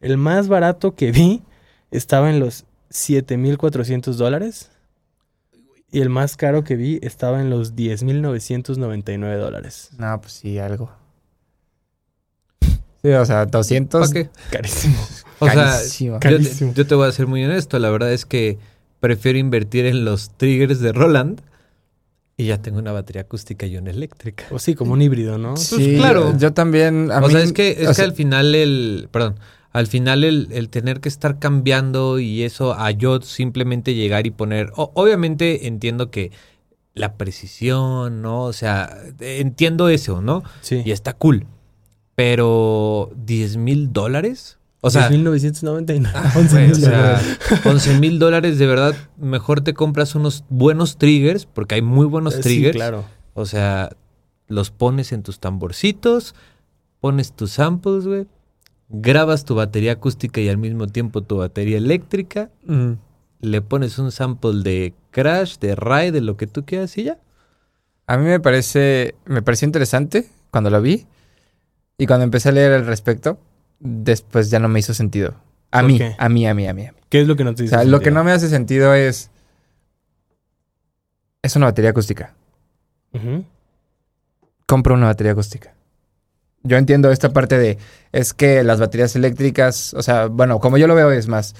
Speaker 3: el más barato que vi estaba en los 7.400 dólares. Y el más caro que vi estaba en los 10.999 dólares.
Speaker 2: No, pues sí, algo. Sí, o sea, 200.
Speaker 1: ¿Para qué?
Speaker 3: Carísimo.
Speaker 1: O sea,
Speaker 2: Carísimo.
Speaker 1: yo
Speaker 3: Carísimo.
Speaker 1: te, yo te voy a ser muy honesto. La verdad es que prefiero invertir en los triggers de Roland y ya tengo una batería acústica y una eléctrica.
Speaker 3: O sí, como un híbrido, ¿no?
Speaker 1: pues, claro.
Speaker 2: Yo también. a
Speaker 1: o
Speaker 2: mí-
Speaker 1: sea, es que, es
Speaker 2: o
Speaker 1: que
Speaker 2: sea,
Speaker 1: al final el. Perdón. Al final el, el tener que estar cambiando y eso a yo simplemente llegar y poner. o- obviamente entiendo que la precisión, ¿no? O sea, entiendo eso, ¿no?
Speaker 3: Sí.
Speaker 1: Y está cool. Pero, ¿10 mil dólares? O
Speaker 3: O
Speaker 1: sea, ah,
Speaker 3: sea, 10.999.
Speaker 1: Güey, <laughs>
Speaker 3: 11.000
Speaker 1: o sea,
Speaker 3: <laughs> dólares.
Speaker 1: 11 mil dólares, de verdad, mejor te compras unos buenos triggers, porque hay muy buenos
Speaker 3: Eh, Sí,
Speaker 1: triggers.
Speaker 3: claro.
Speaker 1: O sea, los pones en tus tamborcitos, pones tus samples, güey, grabas tu batería acústica y al mismo tiempo tu batería eléctrica,
Speaker 2: mm,
Speaker 1: le pones un sample de Crash, de Ray, de lo que tú quieras y ya.
Speaker 2: A mí me parece. Me pareció interesante cuando lo vi. Y cuando empecé a leer al respecto, después ya no me hizo sentido. A
Speaker 3: ¿Por
Speaker 2: mí,
Speaker 3: qué?
Speaker 2: a mí, a mí, a mí, a mí.
Speaker 3: ¿Qué es lo que no
Speaker 2: O
Speaker 3: te dice?
Speaker 2: sea, lo que no
Speaker 3: sentido?
Speaker 2: me hace sentido es. Es una batería acústica.
Speaker 3: Ujú.
Speaker 2: Compro una batería acústica. Yo entiendo esta parte de. Es que las baterías eléctricas. O sea, bueno, como yo lo veo, es más.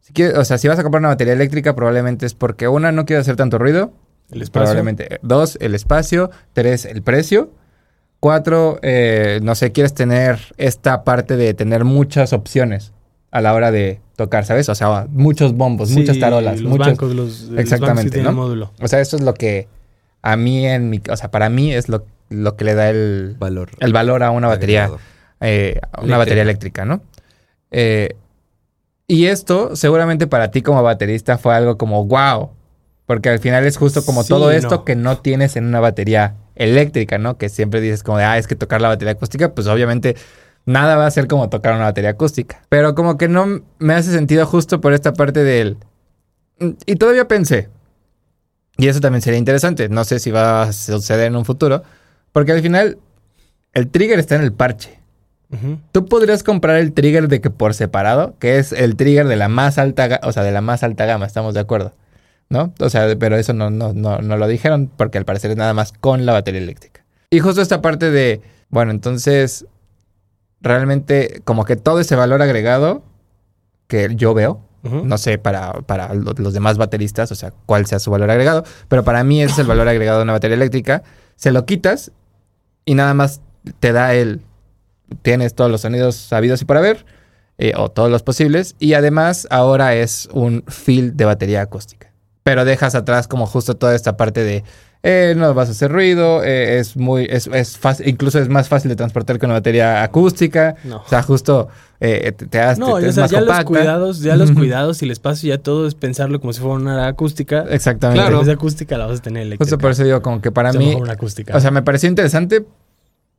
Speaker 2: Si quie- o sea, si vas a comprar una batería eléctrica, probablemente es porque una, no quiero hacer tanto ruido.
Speaker 3: El espacio.
Speaker 2: Probablemente. Dos, el espacio. Tres, el precio. Cuatro, eh, no sé, quieres tener esta parte de tener muchas opciones a la hora de tocar, ¿sabes? O sea, muchos bombos,
Speaker 3: Sí,
Speaker 2: Pues muchas tarolas,
Speaker 3: los
Speaker 2: muchos.
Speaker 3: Bancos, los, los
Speaker 2: Exactamente,
Speaker 3: bancos sí tienen
Speaker 2: ¿no?
Speaker 3: módulo.
Speaker 2: O sea, eso es lo que a mí, en mi, o sea, para mí es lo, lo que le da el,
Speaker 1: Valor.
Speaker 2: el valor a una batería,
Speaker 1: agregado.
Speaker 2: eh, a una
Speaker 1: Eléctrica.
Speaker 2: batería eléctrica, ¿no? Eh, y esto seguramente para ti como baterista fue algo como wow, porque al final es justo como
Speaker 3: Sí,
Speaker 2: todo esto
Speaker 3: no.
Speaker 2: que no tienes en una batería eléctrica, ¿no? Que siempre dices como de, ah, es que tocar la batería acústica, pues obviamente nada va a ser como tocar una batería acústica. Pero como que no me hace sentido justo por esta parte del... Y todavía pensé, y eso también sería interesante, no sé si va a suceder en un futuro, porque al final el trigger está en el parche.
Speaker 3: Ujú.
Speaker 2: Tú podrías comprar el trigger de que por separado, que es el trigger de la más alta, ga- o sea, de la más alta gama, estamos de acuerdo, ¿no? O sea, pero eso no, no, no, no lo dijeron porque al parecer es nada más con la batería eléctrica. Y justo esta parte de, bueno, entonces, realmente como que todo ese valor agregado que yo veo,
Speaker 3: Ujú.
Speaker 2: no sé para, para lo- los demás bateristas, o sea, cuál sea su valor agregado, pero para mí ese es el valor agregado de una batería eléctrica. Se lo quitas y nada más te da el. Tienes todos los sonidos sabidos y para ver, eh, o todos los posibles, y además ahora es un fill de batería acústica. Pero dejas atrás, como justo toda esta parte de. eh, no vas a hacer ruido, eh, es muy. Es, es fácil, incluso es más fácil de transportar que una batería acústica.
Speaker 3: No.
Speaker 2: O sea, justo eh, te, te das-
Speaker 3: No,
Speaker 2: te-
Speaker 3: y,
Speaker 2: te
Speaker 3: o
Speaker 2: es
Speaker 3: sea,
Speaker 2: más
Speaker 3: ya los
Speaker 2: compacta.
Speaker 3: cuidados, ya los
Speaker 2: Ujú.
Speaker 3: cuidados y el espacio, ya todo es pensarlo como si fuera una acústica.
Speaker 2: Exactamente.
Speaker 1: Claro.
Speaker 3: Esa acústica la vas a tener eléctrica.
Speaker 2: Eh, Justo por eso digo, como que para
Speaker 3: Se
Speaker 2: mí,
Speaker 3: bajó una acústica.
Speaker 2: o sea, me pareció interesante,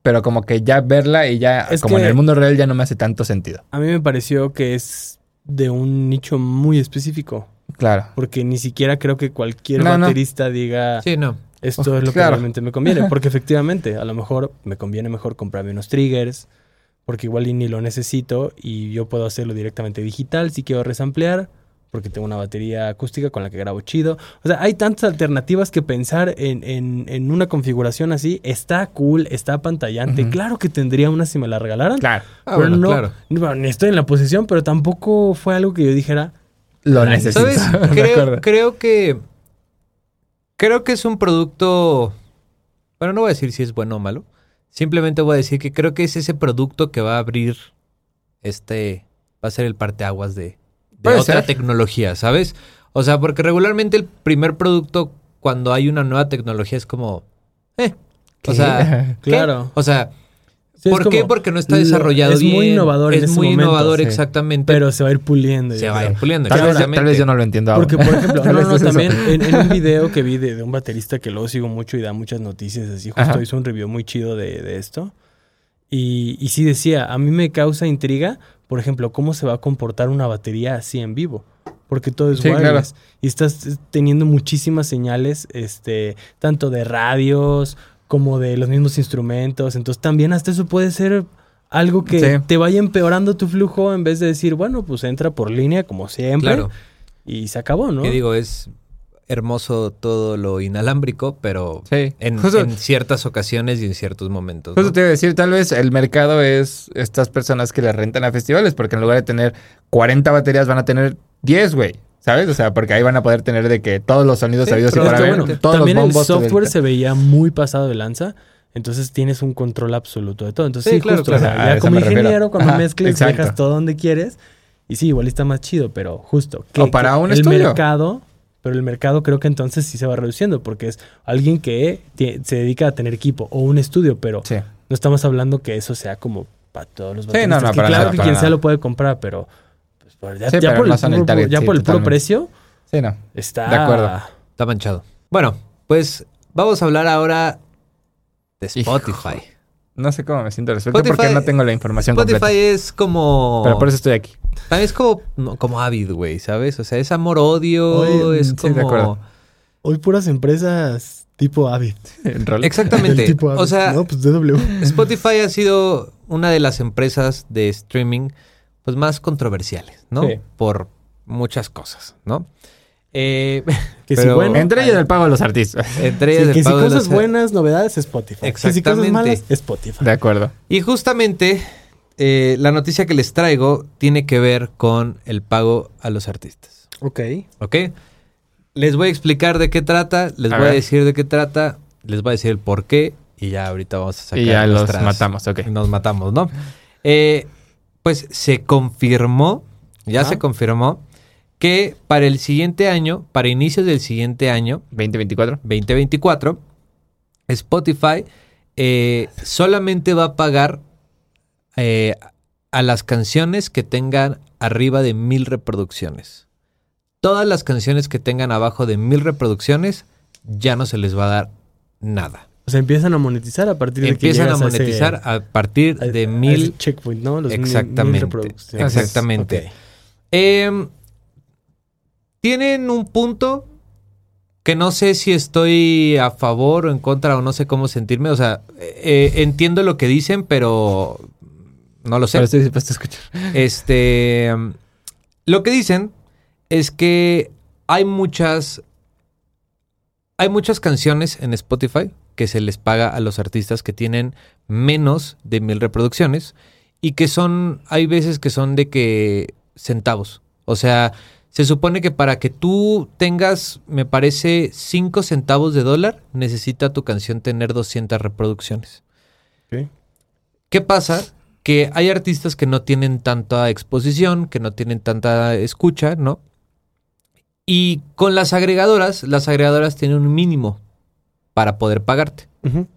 Speaker 2: pero como que ya verla y ya,
Speaker 3: Es
Speaker 2: como
Speaker 3: que-
Speaker 2: en el mundo real, ya no me hace tanto sentido.
Speaker 3: a mí me pareció que es de un nicho muy específico,
Speaker 2: Claro.
Speaker 3: porque ni siquiera creo que cualquier
Speaker 2: No, no.
Speaker 3: baterista diga
Speaker 1: Sí, no.
Speaker 3: esto es lo
Speaker 2: Claro.
Speaker 3: que realmente
Speaker 1: <laughs>
Speaker 3: me conviene, porque efectivamente, a lo mejor me conviene mejor comprarme unos triggers, porque igual y ni lo necesito y yo puedo hacerlo directamente digital si quiero resamplear, porque tengo una batería acústica con la que grabo chido. O sea, hay tantas alternativas que pensar en, en- en una configuración así. Está cool, está apantallante.
Speaker 2: Ujú.
Speaker 3: Claro que tendría una si me la regalaran.
Speaker 2: Claro.
Speaker 1: Ah,
Speaker 3: pero
Speaker 1: bueno,
Speaker 3: no,
Speaker 1: claro.
Speaker 3: ni- bueno, ni estoy en la posición, pero tampoco fue algo que yo dijera.
Speaker 2: Lo
Speaker 3: Ay,
Speaker 2: necesito.
Speaker 1: ¿Sabes?
Speaker 2: <laughs> Me
Speaker 1: Creo,
Speaker 2: acuerdo.
Speaker 1: creo que. Creo que es un producto. Bueno, no voy a decir si es bueno o malo. Simplemente voy a decir que creo que es ese producto que va a abrir este. Va a ser el parteaguas de, de
Speaker 2: Puede
Speaker 1: otra
Speaker 2: ser.
Speaker 1: tecnología, ¿sabes? O sea, porque regularmente el primer producto, cuando hay una nueva tecnología, es como. Eh.
Speaker 2: ¿Qué?
Speaker 1: O
Speaker 3: <laughs>
Speaker 1: sea. ¿qué?
Speaker 3: Claro.
Speaker 1: O sea,
Speaker 3: sí, es
Speaker 1: ¿por qué?
Speaker 3: como,
Speaker 1: Porque no está
Speaker 3: lo-
Speaker 1: desarrollado
Speaker 3: es muy
Speaker 1: bien.
Speaker 3: innovador en
Speaker 1: Es
Speaker 3: ese
Speaker 1: muy
Speaker 3: momento,
Speaker 1: innovador,
Speaker 2: sí.
Speaker 1: exactamente.
Speaker 3: Pero se va a ir puliendo.
Speaker 1: se
Speaker 3: yo
Speaker 1: va a
Speaker 3: creo.
Speaker 1: ir puliendo.
Speaker 2: Tal vez, yo, tal vez
Speaker 1: exactamente.
Speaker 2: yo no lo entiendo ahora.
Speaker 3: Porque,
Speaker 2: <laughs>
Speaker 3: por ejemplo,
Speaker 2: Tal
Speaker 3: no,
Speaker 2: vez
Speaker 3: no,
Speaker 2: es eso.
Speaker 3: también en, en un video que vi de, de un baterista que luego sigo mucho y da muchas noticias, así justo
Speaker 2: Ajá.
Speaker 3: hizo un review muy chido de, de esto. Y, y sí decía, a mí me causa intriga, por ejemplo, cómo se va a comportar una batería así en vivo. Porque todo es
Speaker 2: Sí, claro.
Speaker 3: wireless. Y estás eh, teniendo muchísimas señales, este, tanto de radios como de los mismos instrumentos. Entonces también hasta eso puede ser algo que
Speaker 2: Sí.
Speaker 3: te vaya empeorando tu flujo en vez de decir, bueno, pues entra por línea como siempre.
Speaker 1: Claro.
Speaker 3: Y se acabó, ¿no?
Speaker 1: Que digo, es hermoso todo lo inalámbrico, pero
Speaker 2: Sí.
Speaker 1: en,
Speaker 2: Justo-
Speaker 1: en ciertas ocasiones y en ciertos momentos. ¿no?
Speaker 2: Justo te iba a decir, tal vez el mercado es estas personas que le rentan a festivales, porque en lugar de tener 40 baterías van a tener 10, güey. ¿Sabes? O sea, porque ahí van a poder tener de que todos los sonidos
Speaker 1: Sí,
Speaker 2: sabidos y
Speaker 3: Pero
Speaker 2: para
Speaker 3: es que,
Speaker 2: ver,
Speaker 3: bueno,
Speaker 2: todos los
Speaker 3: también el
Speaker 2: bombos.
Speaker 3: software
Speaker 2: todo el-
Speaker 3: se veía muy pasado de lanza. Entonces tienes un control absoluto de todo. Entonces,
Speaker 1: Sí,
Speaker 3: sí,
Speaker 1: claro,
Speaker 3: justo,
Speaker 1: claro.
Speaker 3: o sea,
Speaker 2: A
Speaker 3: ya
Speaker 2: eso
Speaker 3: como
Speaker 2: me refiero.
Speaker 3: ingeniero, cuando
Speaker 2: Ajá,
Speaker 3: mezcles,
Speaker 2: exacto.
Speaker 3: dejas todo donde quieres. Y sí, igual está más chido, pero justo.
Speaker 2: O para un
Speaker 3: el
Speaker 2: estudio.
Speaker 3: mercado, pero el mercado creo que entonces sí se va reduciendo, porque es alguien que ti- se dedica a tener equipo o un estudio, pero
Speaker 2: Sí.
Speaker 3: no estamos hablando que eso sea como para todos los
Speaker 2: Sí,
Speaker 3: bateristas,
Speaker 2: no, no,
Speaker 3: que
Speaker 2: para
Speaker 3: claro
Speaker 2: nada,
Speaker 3: que
Speaker 2: para
Speaker 3: quien sea
Speaker 2: nada.
Speaker 3: lo puede comprar, pero pues, por- ya,
Speaker 2: Sí,
Speaker 3: ya
Speaker 2: pero
Speaker 3: por
Speaker 2: no
Speaker 3: el,
Speaker 2: son el
Speaker 3: puro-
Speaker 2: target,
Speaker 3: ya
Speaker 2: sí,
Speaker 3: por el puro
Speaker 2: totalmente.
Speaker 3: precio
Speaker 2: Sí, no.
Speaker 3: está
Speaker 2: De acuerdo.
Speaker 1: Está manchado. Bueno, pues vamos a hablar ahora de Spotify.
Speaker 2: No sé cómo me siento al respecto porque
Speaker 1: Spotify-
Speaker 2: no tengo la información
Speaker 1: Spotify
Speaker 2: completa.
Speaker 1: es como.
Speaker 2: Pero por eso estoy aquí. <laughs>
Speaker 1: También es como, no, como Avid, güey, ¿sabes? O sea, es amor-odio,
Speaker 3: Oye,
Speaker 1: es
Speaker 2: sí, de
Speaker 1: como.
Speaker 2: acuerdo.
Speaker 3: Hoy puras empresas tipo Avid.
Speaker 2: <laughs> El rol.
Speaker 3: <laughs>
Speaker 1: Exactamente.
Speaker 3: Del tipo Avid.
Speaker 1: o sea,
Speaker 3: No, pues DW.
Speaker 1: Spotify ha sido una de las empresas de streaming pues más controversiales, ¿no?
Speaker 3: Sí.
Speaker 1: Por muchas cosas, ¿no? Eh,
Speaker 3: Que si
Speaker 1: pero-
Speaker 3: bueno,
Speaker 2: Entre ellos el pago de los artistas. <laughs>
Speaker 1: entre
Speaker 3: Sí,
Speaker 1: ellas el
Speaker 3: que si
Speaker 1: pago de
Speaker 3: cosas
Speaker 1: los-
Speaker 3: buenas, novedades, Spotify. Que si cosas
Speaker 1: Exactamente.
Speaker 3: malas, Spotify.
Speaker 2: De acuerdo.
Speaker 1: Y justamente eh, la noticia que les traigo tiene que ver con el pago a los artistas.
Speaker 3: Ok.
Speaker 1: ¿Ok? Les voy a explicar de qué trata, les
Speaker 2: A
Speaker 1: voy a
Speaker 2: ver.
Speaker 1: decir de qué trata, les voy a decir el por qué y ya ahorita vamos a sacar.
Speaker 2: Y ya los
Speaker 1: nuestras-
Speaker 2: matamos, ok.
Speaker 1: Nos matamos, ¿no? Eh, pues se confirmó, ya
Speaker 3: Ajá.
Speaker 1: se confirmó, que para el siguiente año, para inicios del siguiente año,
Speaker 2: 2024.
Speaker 1: 2024, Spotify eh, solamente va a pagar eh, a las canciones que tengan arriba de mil reproducciones. Todas las canciones que tengan abajo de mil reproducciones ya no se les va a dar nada.
Speaker 3: O sea, empiezan a monetizar a partir de que
Speaker 1: Empiezan a
Speaker 3: llegas ese-
Speaker 1: monetizar a partir
Speaker 3: a-
Speaker 1: de
Speaker 3: a
Speaker 1: mil
Speaker 3: ese checkpoint, ¿no? Los mil- mil
Speaker 1: Exactamente.
Speaker 3: reproducciones.
Speaker 1: Exactamente.
Speaker 3: Ok.
Speaker 1: Eh, Tienen un punto que no sé si estoy a favor o en contra o no sé cómo sentirme. O sea, eh, eh, entiendo lo que dicen, pero no lo sé.
Speaker 2: Pero estoy dispuesto a escuchar.
Speaker 1: Este, mm, lo que dicen es que hay muchas, hay muchas canciones en Spotify que se les paga a los artistas que tienen menos de mil reproducciones y que son, hay veces que son de que centavos. O sea, se supone que para que tú tengas, me parece, cinco centavos de dólar, necesita tu canción tener 200 reproducciones.
Speaker 3: Ok.
Speaker 1: ¿Qué pasa? Que hay artistas que no tienen tanta exposición, que no tienen tanta escucha, ¿no? Y con las agregadoras, las agregadoras tienen un mínimo para poder pagarte.
Speaker 3: Ujú.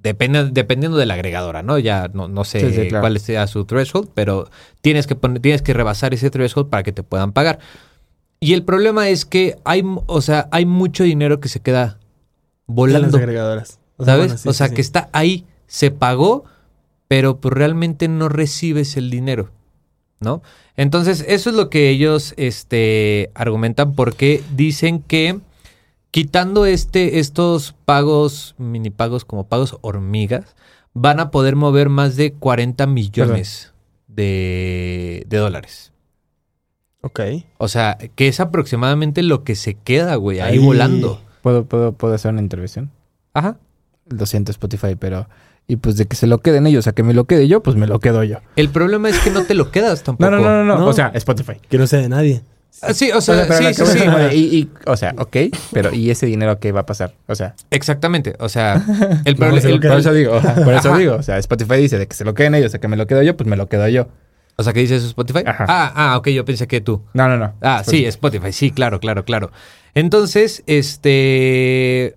Speaker 1: Depende, dependiendo de la agregadora, ¿no? Ya no, no sé
Speaker 2: Sí, sí, claro.
Speaker 1: cuál sea su threshold, pero tienes que, poner- tienes que rebasar ese threshold para que te puedan pagar. Y el problema es que hay, m- o sea, hay mucho dinero que se queda
Speaker 3: Las
Speaker 1: volando.
Speaker 3: agregadoras. O sea,
Speaker 1: ¿Sabes?
Speaker 3: bueno, sí,
Speaker 1: o
Speaker 3: sí,
Speaker 1: sea,
Speaker 3: sí.
Speaker 1: que está ahí, se pagó, pero pues realmente no recibes el dinero, ¿no? Entonces, eso es lo que ellos este, argumentan porque dicen que quitando este, estos pagos, mini pagos como pagos hormigas, van a poder mover más de 40 millones de, de dólares.
Speaker 3: Ok.
Speaker 1: O sea, que es aproximadamente lo que se queda, güey, ahí volando.
Speaker 2: ¿Puedo, puedo, puedo hacer una intervención?
Speaker 1: Ajá.
Speaker 2: Lo siento, Spotify, pero. Y pues de que se lo queden ellos, a que me lo quede yo, pues me lo quedo yo.
Speaker 1: El problema es que no te lo quedas tampoco.
Speaker 2: No, no, no, no, no.
Speaker 3: No.
Speaker 2: O sea, Spotify.
Speaker 3: Que no sea de nadie.
Speaker 1: Ah, Sí, o
Speaker 2: O sea,
Speaker 1: sea,
Speaker 2: pero
Speaker 1: sí,
Speaker 2: lo que
Speaker 1: sí,
Speaker 2: voy es
Speaker 1: sí.
Speaker 2: como de, y, y, o sea, ok, pero ¿y ese dinero a qué va a pasar? O sea,
Speaker 1: Exactamente. O sea, el
Speaker 3: No,
Speaker 1: problema.
Speaker 3: se lo
Speaker 1: el-
Speaker 3: queda.
Speaker 2: por eso digo, ajá, por eso
Speaker 1: Ajá.
Speaker 2: digo, o sea, Spotify dice de que se lo queden ellos, a que me lo quedo yo, pues me lo quedo yo.
Speaker 1: o sea, ¿qué dice eso Spotify?
Speaker 2: Ajá.
Speaker 1: Ah, ah, ok, yo pensé que tú.
Speaker 2: No, no, no.
Speaker 1: Ah, sí, Spotify, sí, claro, claro, claro. Entonces, este.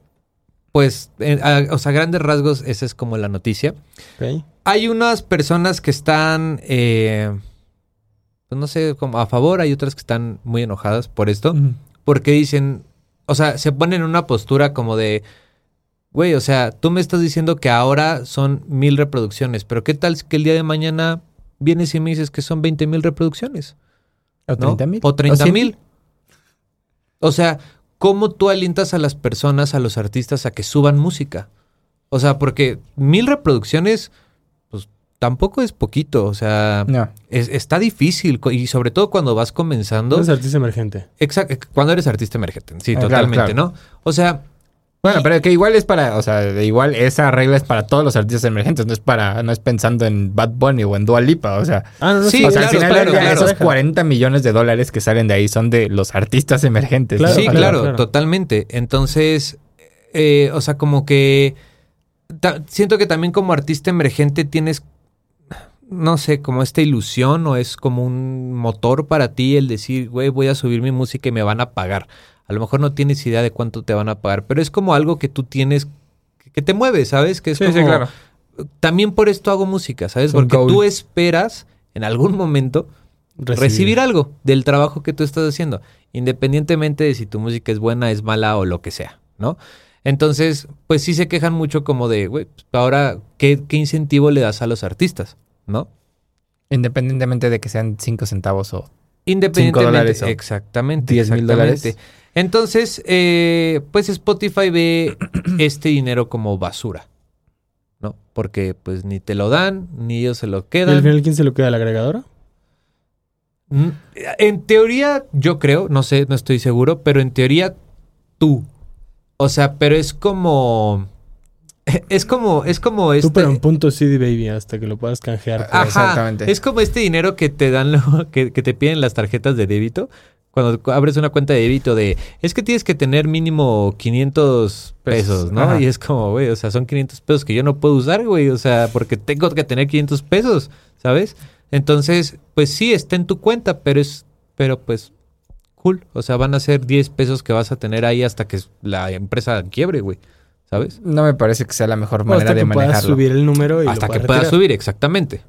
Speaker 1: Pues, en- a- o sea, grandes rasgos, esa es como la noticia.
Speaker 3: Ok.
Speaker 1: Hay unas personas que están, eh, pues no sé, como a favor, hay otras que están muy enojadas por esto. porque dicen, o sea, se ponen en una postura como de, güey, o sea, tú me estás diciendo que ahora son mil reproducciones, pero ¿qué tal que el día de mañana vienes y me dices que son 20 mil reproducciones?
Speaker 2: O
Speaker 1: ¿no?
Speaker 2: 30 mil.
Speaker 1: O 30 mil. O sea, ¿cómo tú alientas a las personas, a los artistas, a que suban música? O sea, porque mil reproducciones, pues tampoco es poquito, o sea,
Speaker 2: No.
Speaker 1: es- está difícil co- y sobre todo cuando vas comenzando.
Speaker 3: Eres artista emergente.
Speaker 1: Exacto, cuando eres artista emergente, sí,
Speaker 2: Ah, claro,
Speaker 1: totalmente, ¿no? O sea,
Speaker 2: Bueno, pero que igual es para, o sea, igual esa regla es para todos los artistas emergentes, no es para, no es pensando en Bad Bunny o en Dua Lipa, o sea,
Speaker 3: Ah, no, no.
Speaker 1: Sí,
Speaker 2: o
Speaker 1: claro,
Speaker 2: sea, al final
Speaker 1: claro,
Speaker 2: del día,
Speaker 1: claro.
Speaker 2: esos 40 millones de dólares que salen de ahí son de los artistas emergentes.
Speaker 3: Claro,
Speaker 1: sí,
Speaker 2: ¿no?
Speaker 1: claro,
Speaker 3: claro.
Speaker 1: totalmente. Entonces, eh, o sea, como que ta- siento que también como artista emergente tienes, no sé, como esta ilusión o es como un motor para ti el decir, güey, voy a subir mi música y me van a pagar. A lo mejor no tienes idea de cuánto te van a pagar, pero es como algo que tú tienes, que te mueve, ¿sabes? Que es
Speaker 2: Sí, sí,
Speaker 1: como-
Speaker 2: claro.
Speaker 1: También por esto hago música, ¿sabes?
Speaker 2: Es un
Speaker 1: Porque
Speaker 2: goal.
Speaker 1: tú esperas en algún momento recibir. algo del trabajo que tú estás haciendo, independientemente de si tu música es buena, es mala o lo que sea, ¿no? Entonces, pues sí se quejan mucho como de, güey, pues, ahora, ¿qué, ¿qué incentivo le das a los artistas, no?
Speaker 2: Independientemente de que sean 5 centavos o...
Speaker 1: Independientemente.
Speaker 2: dólares o
Speaker 1: exactamente.
Speaker 2: 10 mil
Speaker 1: exactamente.
Speaker 2: dólares.
Speaker 1: Entonces, eh, pues Spotify ve <clears throat> este dinero como basura, ¿no? Porque pues ni te lo dan, ni ellos se lo
Speaker 3: ¿Y al
Speaker 1: quedan.
Speaker 3: final quién se lo queda? ¿La agregadora?
Speaker 1: Mm, En teoría, yo creo, no sé, no estoy seguro, pero en teoría tú. O sea, pero es como. <laughs> Es como, es como este.
Speaker 3: Tú, pero en punto CD Baby, hasta que lo puedas canjear.
Speaker 1: Ajá,
Speaker 2: Ah, Exactamente.
Speaker 1: Es como este dinero que te dan, lo- <laughs> que, que te piden las tarjetas de débito. Cuando cu- abres una cuenta de débito de, es que tienes que tener mínimo 500
Speaker 2: Pesos,
Speaker 1: pesos, ¿no?
Speaker 2: ajá.
Speaker 1: Y es como, güey, o sea, son 500 pesos que yo no puedo usar, güey, o sea, porque tengo que tener 500 pesos, ¿sabes? Entonces, pues sí, está en tu cuenta, pero es, pero pues, cool. O sea, van a ser 10 pesos que vas a tener ahí hasta que la empresa quiebre, güey, ¿sabes?
Speaker 2: No me parece que sea la mejor
Speaker 3: O
Speaker 2: manera
Speaker 3: hasta
Speaker 2: de
Speaker 3: que puedas
Speaker 2: manejarlo.
Speaker 3: subir el número y lo
Speaker 1: hasta que
Speaker 3: puedas
Speaker 1: pueda
Speaker 3: retirar.
Speaker 1: subir, exactamente.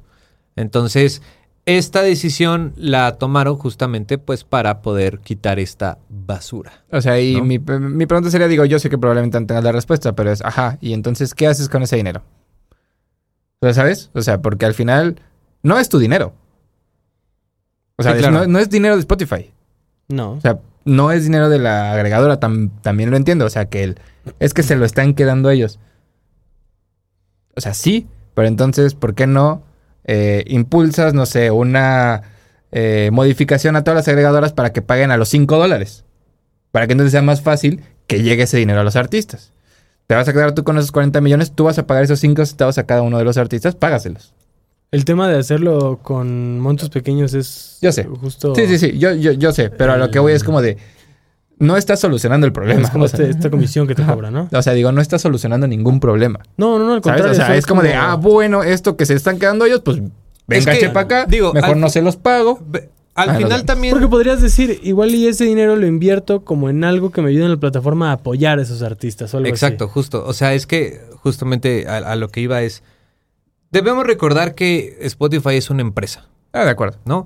Speaker 1: Entonces, esta decisión la tomaron justamente pues para poder quitar esta basura.
Speaker 2: O sea, y
Speaker 1: ¿no?
Speaker 2: mi, mi pregunta sería, digo, yo sé que probablemente no tengas la respuesta, pero es, ajá, ¿y entonces qué haces con ese dinero? ¿Lo sabes? O sea, porque al final no es tu dinero. O sea,
Speaker 1: Sí,
Speaker 2: es-
Speaker 1: claro.
Speaker 2: no, no es dinero de Spotify.
Speaker 3: No.
Speaker 2: O sea, no es dinero de la agregadora, tam- también lo entiendo. O sea, que el- es que se lo están quedando ellos. O sea, sí, pero entonces, ¿por qué no eh, impulsas, no sé, una eh, modificación a todas las agregadoras para que paguen a los 5 dólares? Para que entonces sea más fácil que llegue ese dinero a los artistas. Te vas a quedar tú con esos 40 millones, tú vas a pagar esos 5 centavos a cada uno de los artistas, págaselos.
Speaker 3: El tema de hacerlo con montos pequeños es.
Speaker 2: Yo sé.
Speaker 3: Justo.
Speaker 2: Sí, sí, sí, yo, yo, yo sé, pero a lo que voy es como de... No estás solucionando el problema.
Speaker 3: Es como
Speaker 2: o sea.
Speaker 3: este- esta comisión que te cobra, ¿no?
Speaker 2: O sea, digo, no está solucionando ningún problema.
Speaker 3: No, no, no,
Speaker 2: ¿Sabes?
Speaker 3: al contrario.
Speaker 2: O sea,
Speaker 3: eso
Speaker 2: es como de, ah, bueno, esto que se están quedando ellos, pues venga,
Speaker 1: que,
Speaker 2: chepa acá.
Speaker 1: digo,
Speaker 2: mejor
Speaker 1: al-
Speaker 2: no se los pago.
Speaker 1: Ve- Al
Speaker 2: Ah, lo
Speaker 1: final
Speaker 2: sé.
Speaker 1: también...
Speaker 3: Porque podrías decir, igual y ese dinero lo invierto como en algo que me ayude en la plataforma a apoyar a esos artistas o algo
Speaker 1: Exacto, justo. O sea, es que justamente a, a lo que iba es... Debemos recordar que Spotify es una empresa,
Speaker 2: Ah, de acuerdo.
Speaker 1: ¿no?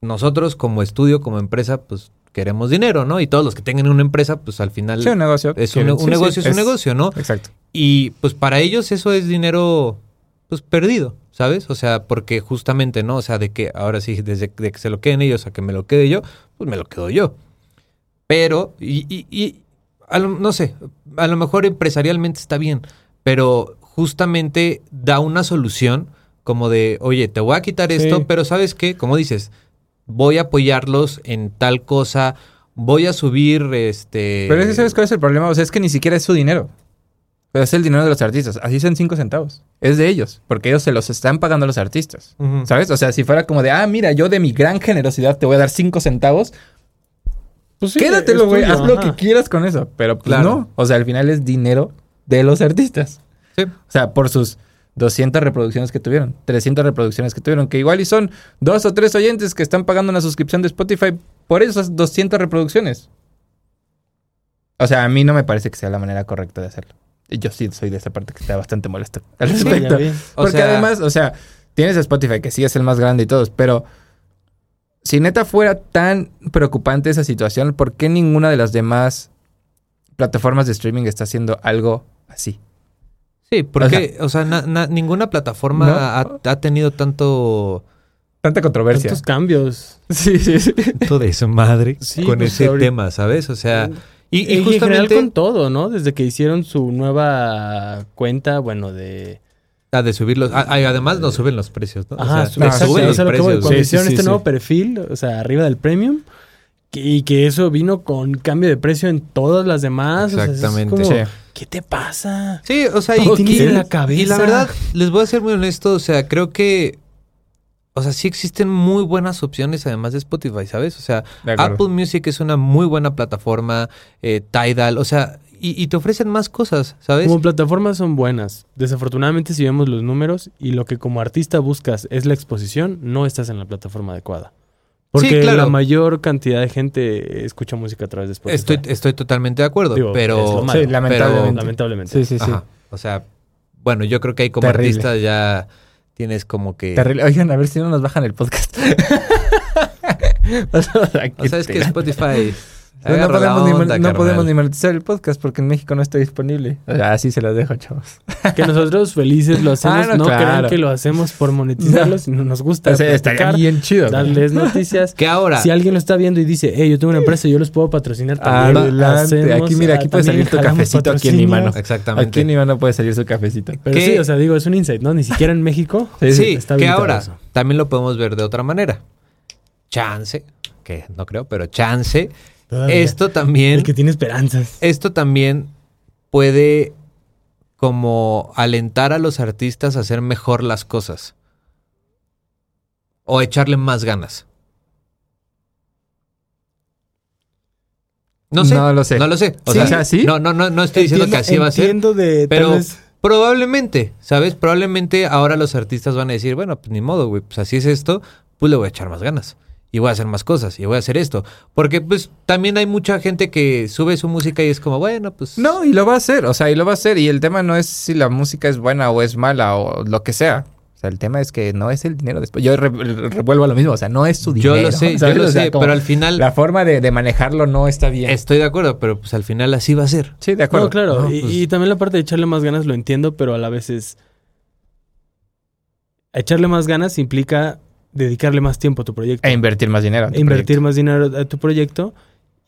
Speaker 1: Nosotros como estudio, como empresa, pues queremos dinero, ¿no? Y todos los que tengan una empresa, pues al final...
Speaker 2: Sí, un negocio.
Speaker 1: es
Speaker 2: que-
Speaker 1: un, un
Speaker 2: sí, sí,
Speaker 1: negocio, es un negocio, ¿no?
Speaker 2: Exacto.
Speaker 1: Y pues para ellos eso es dinero pues perdido, ¿sabes? O sea, porque justamente, ¿no? O sea, de que ahora sí, desde de que se lo queden ellos a que me lo quede yo, pues me lo quedo yo. Pero, y, y- y a lo- no sé, a lo mejor empresarialmente está bien, pero justamente da una solución como de, oye, te voy a quitar
Speaker 3: Sí.
Speaker 1: esto, pero ¿sabes qué? Como dices, voy a apoyarlos en tal cosa, voy a subir este...
Speaker 2: Pero es que, ¿sabes cuál es el problema? O sea, es que ni siquiera es su dinero. Pero es el dinero de los artistas. Así son cinco centavos. Es de ellos, porque ellos se los están pagando a los artistas.
Speaker 1: Ujú.
Speaker 2: ¿Sabes? O sea, si fuera como de, ah, mira, yo de mi gran generosidad te voy a dar cinco centavos,
Speaker 3: Pues sí,
Speaker 2: quédatelo,
Speaker 3: es
Speaker 2: güey,
Speaker 3: tuyo,
Speaker 2: haz lo
Speaker 3: ajá.
Speaker 2: que quieras con eso. Pero pues,
Speaker 1: Claro.
Speaker 2: no. O sea, al final es dinero de los artistas.
Speaker 1: Sí.
Speaker 2: O sea, por sus 200 reproducciones que tuvieron, 300 reproducciones que tuvieron, que igual y son dos o tres oyentes que están pagando una suscripción de Spotify por esas 200 reproducciones. O sea, a mí no me parece que sea la manera correcta de hacerlo. Y yo sí soy de esa parte que está bastante molesto al
Speaker 3: Sí,
Speaker 2: respecto.
Speaker 3: ya vi.
Speaker 1: O
Speaker 2: Porque
Speaker 1: sea-
Speaker 2: además, o sea, tienes a Spotify, que sí es el más grande y todos, pero si neta fuera tan preocupante esa situación, ¿por qué ninguna de las demás plataformas de streaming está haciendo algo así?
Speaker 1: Sí, porque, o sea, na- na- ninguna plataforma
Speaker 2: ¿No?
Speaker 1: ha, ha tenido tanto,
Speaker 2: Tanta controversia.
Speaker 3: Tantos cambios.
Speaker 2: Sí, sí, sí.
Speaker 1: tanto desmadre
Speaker 3: Sí,
Speaker 1: con
Speaker 3: pues,
Speaker 1: ese
Speaker 3: ahorita- Eh,
Speaker 1: tema, ¿sabes? O sea, y, y
Speaker 3: Y, en general
Speaker 1: justamente
Speaker 3: con todo, ¿no? Desde que hicieron su nueva cuenta, bueno, de...
Speaker 1: ah, de subirlos, ah, ah, y además no suben los precios, ¿no?
Speaker 3: Ajá,
Speaker 1: o
Speaker 3: su-
Speaker 1: sea,
Speaker 2: no,
Speaker 1: suben
Speaker 3: exacto,
Speaker 2: sí,
Speaker 1: los
Speaker 3: o sea, lo que voy,
Speaker 1: precios.
Speaker 3: cuando
Speaker 2: Sí, sí,
Speaker 3: hicieron
Speaker 2: sí,
Speaker 3: este
Speaker 2: sí.
Speaker 3: nuevo perfil, o sea, arriba del premium, que- y que eso vino con cambio de precio en todas las demás. o sea, eso es
Speaker 1: Exactamente.
Speaker 3: como,
Speaker 2: Sí.
Speaker 3: ¿Qué te pasa?
Speaker 1: Sí, o sea, y,
Speaker 3: Todo tiene
Speaker 1: y-
Speaker 3: en la
Speaker 1: y
Speaker 3: cabeza.
Speaker 1: la verdad, les voy a ser muy honesto, o sea, creo que, o sea, sí existen muy buenas opciones además de Spotify, ¿sabes? O sea,
Speaker 2: De acuerdo.
Speaker 1: Apple Music es una muy buena plataforma, eh, Tidal, o sea, y, y te ofrecen más cosas, ¿sabes?
Speaker 3: Como plataformas son buenas. Desafortunadamente, si vemos los números y lo que como artista buscas es la exposición, no estás en la plataforma adecuada. Porque
Speaker 1: claro.
Speaker 3: la mayor cantidad de gente escucha música a través de
Speaker 2: Pues
Speaker 3: Spotify.
Speaker 1: Estoy, estoy totalmente de acuerdo,
Speaker 3: Digo, es lo
Speaker 1: pero...
Speaker 3: malo,
Speaker 2: Sí, lamentablemente.
Speaker 3: lamentablemente. <laughs>
Speaker 2: Sí, sí, sí.
Speaker 1: Ajá. O sea, bueno, yo creo que ahí como
Speaker 2: Terrible.
Speaker 1: artista ya tienes como que...
Speaker 2: Terrible. Oigan, a ver si no nos bajan el podcast. <laughs>
Speaker 1: O sea, es que <laughs> Spotify...
Speaker 2: No, no
Speaker 1: agarra la
Speaker 2: podemos, ni, mon-
Speaker 1: onda,
Speaker 2: no
Speaker 1: carnal.
Speaker 2: podemos ni monetizar el podcast porque en México no está disponible. O sea, así Ah, se las dejo, chavos.
Speaker 3: Que nosotros felices lo hacemos.
Speaker 2: Ah, no,
Speaker 3: no
Speaker 2: claro.
Speaker 3: crean que lo hacemos por monetizarlo, sino nos gusta.
Speaker 2: O sea, estaría
Speaker 3: platicar,
Speaker 2: bien chido. güey.
Speaker 3: darles noticias.
Speaker 1: Que <laughs> ahora...
Speaker 3: Si alguien lo está viendo y dice, hey, yo tengo una empresa, yo los puedo patrocinar también.
Speaker 2: Adelante.
Speaker 3: Hacemos-
Speaker 2: Aquí, mira, aquí
Speaker 3: ah,
Speaker 2: puede
Speaker 3: también
Speaker 2: salir tu
Speaker 3: jalamos
Speaker 2: cafecito aquí en mi mano.
Speaker 3: patrocinios.
Speaker 1: Exactamente.
Speaker 2: Aquí en Iván no puede salir su cafecito.
Speaker 3: Pero
Speaker 1: ¿Qué?
Speaker 3: sí, o sea, digo, es un insight, ¿no? Ni siquiera en México.
Speaker 1: Sí,
Speaker 3: está
Speaker 1: que
Speaker 3: habilitado
Speaker 1: ahora
Speaker 3: eso.
Speaker 1: también lo podemos ver de otra manera. chance, que no creo, pero chance,
Speaker 3: Todavía.
Speaker 1: esto también,
Speaker 3: El que tiene esperanzas.
Speaker 1: esto también puede como alentar a los artistas a hacer mejor las cosas o echarle más ganas. No sé,
Speaker 2: No lo sé.
Speaker 1: No lo sé. O
Speaker 2: Sí,
Speaker 1: sea,
Speaker 2: o sea, ¿sí?
Speaker 1: No, no, no, no estoy diciendo que así va a ser.
Speaker 3: Entiendo de tal
Speaker 1: Pero
Speaker 3: vez-
Speaker 1: probablemente, ¿sabes? Probablemente ahora los artistas van a decir, bueno, pues ni modo, güey, pues así es esto, pues le voy a echar más ganas. Y voy a hacer más cosas, y voy a hacer esto. Porque pues también hay mucha gente que sube su música y es como, bueno, pues...
Speaker 2: No, y lo va a hacer, o sea, y lo va a hacer. Y el tema no es si la música es buena o es mala o lo que sea. O sea, el tema es que no es el dinero después. Yo re- re- revuelvo a lo mismo, o sea, no es su
Speaker 1: Yo
Speaker 2: dinero.
Speaker 1: lo sé, yo
Speaker 2: ¿sabes?
Speaker 1: lo
Speaker 2: <laughs> O sea,
Speaker 1: sé,
Speaker 2: como
Speaker 1: pero al final
Speaker 2: La forma de, de manejarlo no está bien.
Speaker 1: estoy de acuerdo, pero pues al final así va a ser.
Speaker 2: Sí, de acuerdo.
Speaker 3: No, claro.
Speaker 1: No,
Speaker 3: y,
Speaker 1: pues-
Speaker 3: y también la parte de echarle más ganas lo entiendo, pero a la vez es. Echarle más ganas implica dedicarle más tiempo a tu proyecto.
Speaker 2: E invertir más dinero. en tu
Speaker 3: invertir
Speaker 2: proyecto.
Speaker 3: más dinero a tu proyecto.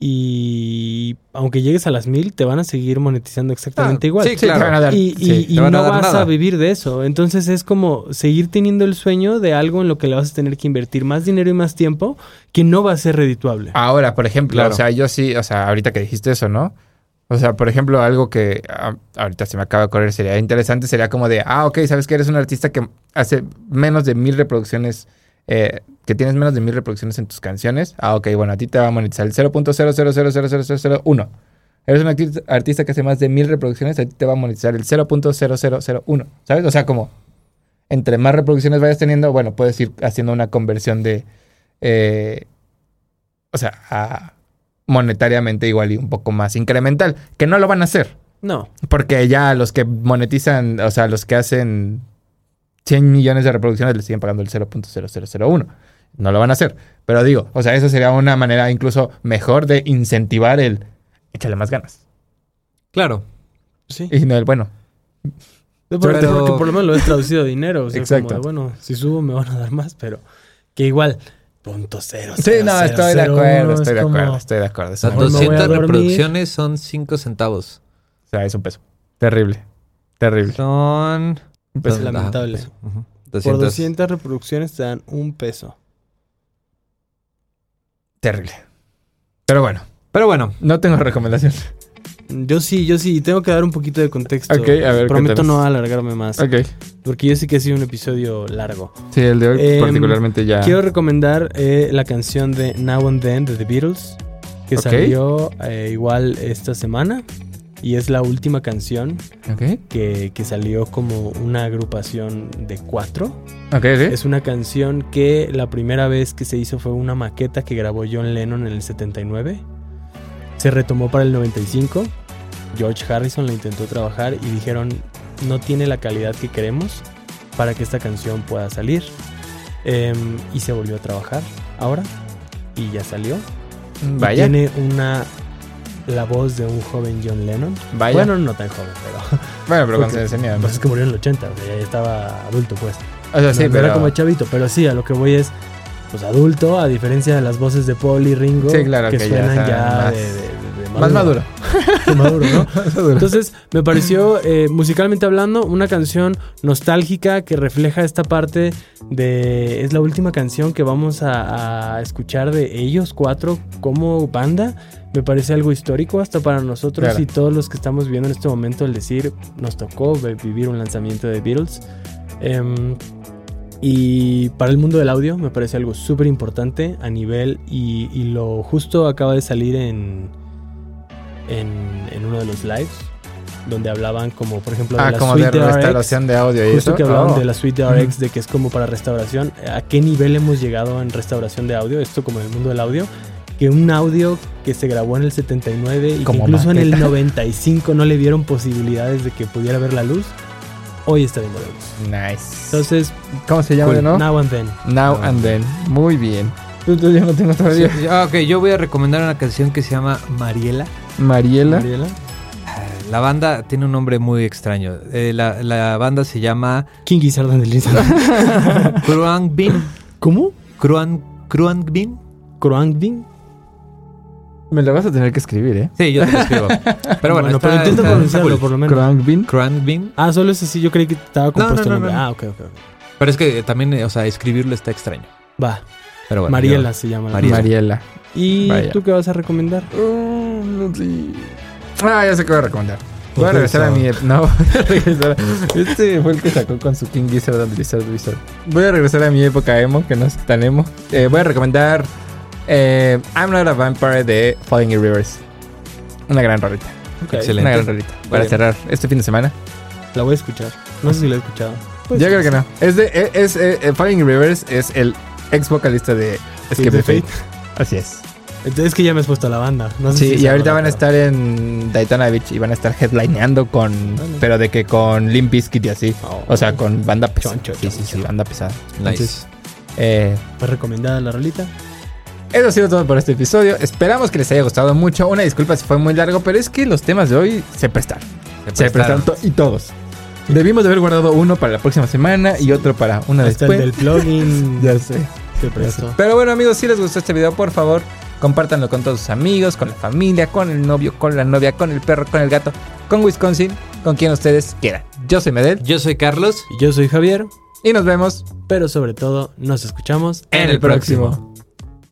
Speaker 3: Y aunque llegues a las mil, te van a seguir monetizando exactamente
Speaker 1: Ah,
Speaker 3: igual.
Speaker 1: sí, claro.
Speaker 2: te van a dar-
Speaker 3: Y,
Speaker 2: sí,
Speaker 3: y-
Speaker 2: te
Speaker 3: y
Speaker 2: van a
Speaker 3: no
Speaker 2: dar
Speaker 3: vas
Speaker 2: nada.
Speaker 3: a vivir de eso. Entonces es como seguir teniendo el sueño de algo en lo que le vas a tener que invertir más dinero y más tiempo que no va a ser redituable.
Speaker 2: Ahora, por ejemplo,
Speaker 1: Claro.
Speaker 2: o sea, yo sí, o sea, ahorita que dijiste eso, ¿no? O sea, por ejemplo, algo que ah, ahorita se me acaba de ocurrir sería interesante, sería como de, ah, ok, sabes que eres un artista que hace menos de mil reproducciones, eh, que tienes menos de mil reproducciones en tus canciones. Ah, ok, bueno, a ti te va a monetizar el 0.0000001. Eres un arti- artista que hace más de mil reproducciones, a ti te va a monetizar el 0.0001, ¿sabes? O sea, como entre más reproducciones vayas teniendo, bueno, puedes ir haciendo una conversión de... eh, o sea, a- monetariamente igual y un poco más incremental, que no lo van a hacer,
Speaker 3: No.
Speaker 2: porque ya los que monetizan, o sea, los que hacen 100 millones de reproducciones le siguen pagando el 0.0001. No lo van a hacer, pero digo, o sea, eso sería una manera incluso mejor de incentivar el échale más ganas
Speaker 1: Claro.
Speaker 3: Sí.
Speaker 2: y no el bueno.
Speaker 3: No, Porque,
Speaker 1: Pero-
Speaker 3: porque por lo menos lo he traducido a dinero. O sea,
Speaker 2: Exacto.
Speaker 3: Como de, bueno, si subo me van a dar más, pero que igual, punto cero.
Speaker 2: Sí,
Speaker 3: cero,
Speaker 2: no,
Speaker 3: cero,
Speaker 2: estoy de
Speaker 3: cero,
Speaker 2: acuerdo,
Speaker 3: uno, es
Speaker 2: estoy de
Speaker 3: como-
Speaker 2: acuerdo, estoy de acuerdo.
Speaker 1: Las
Speaker 2: Eso
Speaker 3: Mejor me voy a
Speaker 1: 200
Speaker 3: dormir.
Speaker 1: reproducciones son 5 centavos.
Speaker 2: O sea, es un peso. Terrible, terrible.
Speaker 1: Son...
Speaker 2: Un peso.
Speaker 3: Es
Speaker 1: Ajá,
Speaker 3: lamentable.
Speaker 1: pues, ujú.
Speaker 3: Por
Speaker 1: 200.
Speaker 3: 200 reproducciones te dan un peso.
Speaker 2: Terrible. Pero bueno,
Speaker 1: Pero bueno,
Speaker 2: no tengo recomendación.
Speaker 3: Yo sí, yo sí, tengo que dar un poquito de contexto.
Speaker 2: Ok, a ver,
Speaker 3: Prometo
Speaker 2: cuéntanos.
Speaker 3: no alargarme más,
Speaker 2: Ok.
Speaker 3: porque yo sí que ha sido un episodio largo.
Speaker 2: Sí, el de hoy
Speaker 3: Em,
Speaker 2: particularmente ya.
Speaker 3: Quiero recomendar eh, la canción de Now and Then de The Beatles, que
Speaker 2: Ok.
Speaker 3: salió eh, igual esta semana, y es la última canción
Speaker 2: Ok,
Speaker 3: que, que salió como una agrupación de cuatro.
Speaker 2: ok, ok.
Speaker 3: Es una canción que la primera vez que se hizo fue una maqueta que grabó John Lennon en el 79. Se retomó para el 95. George Harrison la intentó trabajar y dijeron no tiene la calidad que queremos para que esta canción pueda salir. Em, y se volvió a trabajar ahora y ya salió. Y
Speaker 2: Vaya,
Speaker 3: Tiene una la voz de un joven John Lennon.
Speaker 2: vaya.
Speaker 3: Bueno, no tan joven, pero
Speaker 2: Bueno, pero cuando
Speaker 3: porque-
Speaker 2: se enseña.
Speaker 3: pues es que murió en el 80, o sea, ya estaba adulto pues.
Speaker 2: O sea, sí,
Speaker 3: No, no
Speaker 2: pero. <laughs>
Speaker 3: era como chavito, pero sí, a lo que voy es pues adulto, a diferencia de las voces de Paul y Ringo,
Speaker 2: Sí, claro,
Speaker 3: que,
Speaker 2: que ya
Speaker 3: suenan ya,
Speaker 2: están más-
Speaker 3: de, de- de
Speaker 2: Más
Speaker 3: <laughs>
Speaker 2: maduro.
Speaker 3: de maduro, ¿no? Entonces, me pareció, eh, musicalmente hablando, una canción nostálgica que refleja esta parte de... Es la última canción que vamos a, a escuchar de ellos cuatro como banda. Me parece algo histórico hasta para nosotros
Speaker 2: Claro.
Speaker 3: y todos los que estamos viviendo en este momento el decir, nos tocó ve- vivir un lanzamiento de Beatles. Em, y para el mundo del audio me parece algo súper importante a nivel y, y lo justo acaba de salir en, en, en uno de los lives donde hablaban como por ejemplo de
Speaker 2: Ah,
Speaker 3: la
Speaker 2: como de
Speaker 3: suite de RX.
Speaker 2: restauración de audio y
Speaker 3: Justo
Speaker 2: eso.
Speaker 3: que hablaban
Speaker 2: Oh.
Speaker 3: de la suite de RX, de que es como para restauración. ¿A qué nivel hemos llegado en restauración de audio? Esto como en el mundo del audio. Que un audio que se grabó en el 79 y que
Speaker 2: Como
Speaker 3: incluso en el
Speaker 2: maqueta.
Speaker 3: 95 no le vieron posibilidades de que pudiera ver la luz, hoy está viendo la luz.
Speaker 2: Nice.
Speaker 3: Entonces,
Speaker 2: ¿Cómo se llama,
Speaker 1: Cool.
Speaker 2: no? Now,
Speaker 3: now and then.
Speaker 2: and then. Muy bien. Yo yo no tengo todavía.
Speaker 1: Ah, ok, yo voy a recomendar una canción que se llama Mariela.
Speaker 2: Mariela.
Speaker 3: Mariela.
Speaker 1: La banda tiene un nombre muy extraño. Eh, la, la banda se llama
Speaker 3: King Gizzard and the Lizard.
Speaker 1: Kruangbin.
Speaker 3: ¿Cómo?
Speaker 1: Kruang, Kruangbin.
Speaker 3: ¿Kruangbin?
Speaker 2: Me la vas a tener que escribir, ¿eh?
Speaker 1: Sí, yo te lo escribo. Pero bueno,
Speaker 3: Bueno,
Speaker 1: está-
Speaker 3: pero intento
Speaker 1: está-
Speaker 3: pronunciarlo
Speaker 1: está cool.
Speaker 3: por lo menos.
Speaker 2: Crankbin.
Speaker 1: Kruangbin.
Speaker 3: Ah, solo ese sí, yo creí que estaba compuesto
Speaker 1: no,
Speaker 3: el
Speaker 1: no,
Speaker 3: nombre.
Speaker 1: no.
Speaker 3: Ah, ok, ok. ok.
Speaker 1: Pero es que también, eh, o sea, escribirlo está extraño.
Speaker 3: Va.
Speaker 1: Pero bueno,
Speaker 3: Mariela
Speaker 1: yo-
Speaker 3: se llama. la
Speaker 1: Mariela.
Speaker 3: canción.
Speaker 2: Mariela.
Speaker 3: ¿Y
Speaker 2: Vaya.
Speaker 3: tú qué vas a recomendar?
Speaker 2: Oh, no sé. Ah, ya sé qué voy a recomendar. Voy a
Speaker 3: Ojo,
Speaker 2: regresar a
Speaker 3: eso.
Speaker 2: mi... No, <laughs> voy a regresar a- Este fue el que sacó con su King Gizzard and Lizard Wizard. Voy a regresar a mi época emo, que no es tan emo. Eh, voy a recomendar eh, I'm Not a Vampire de Falling in Rivers. Una gran rolita. Una gran
Speaker 1: Excelente.
Speaker 2: rolita. Para
Speaker 3: Bien.
Speaker 2: cerrar este fin de semana.
Speaker 3: La voy a escuchar. No sé si la he escuchado. Pues,
Speaker 2: Yo creo que no. Es de... eh, Es, eh, eh, Falling in Rivers es el ex vocalista de Escape the Fate. Así es.
Speaker 3: Entonces es que ya me has puesto la banda. No sé
Speaker 2: Sí,
Speaker 3: si
Speaker 2: y
Speaker 3: sea
Speaker 2: ahorita
Speaker 3: ahora,
Speaker 2: van a
Speaker 3: pero-
Speaker 2: estar en Daytona Beach y van a estar headlineando con.
Speaker 3: Vale.
Speaker 2: Pero de que con Limp Bizkit y así.
Speaker 3: Oh.
Speaker 2: O sea, con banda pesada.
Speaker 3: Choncho,
Speaker 2: sí, sí, sí,
Speaker 3: choncho.
Speaker 2: banda pesada.
Speaker 1: Nice.
Speaker 2: Eh,
Speaker 3: ¿Fue recomendada la rolita?
Speaker 2: eso ha sido todo por este episodio. Esperamos que les haya gustado mucho. Una disculpa si fue muy largo, pero es que los temas de hoy se prestaron. Se prestaron to- y todos. Debimos de haber guardado uno para la próxima semana y otro para una
Speaker 3: Hasta
Speaker 2: después.
Speaker 3: el del plugin.
Speaker 2: <laughs> Ya sé.
Speaker 3: Se
Speaker 2: Eso.
Speaker 3: prestó.
Speaker 2: Pero bueno, amigos, si les gustó este video, por favor, compártanlo con todos sus amigos, con la familia, con el novio, con la novia, con el perro, con el gato, con Wisconsin, con quien ustedes quieran. Yo soy Medel
Speaker 1: Yo soy Carlos.
Speaker 3: Y Yo soy Javier,
Speaker 2: y nos vemos
Speaker 3: pero sobre todo nos escuchamos
Speaker 2: en el próximo.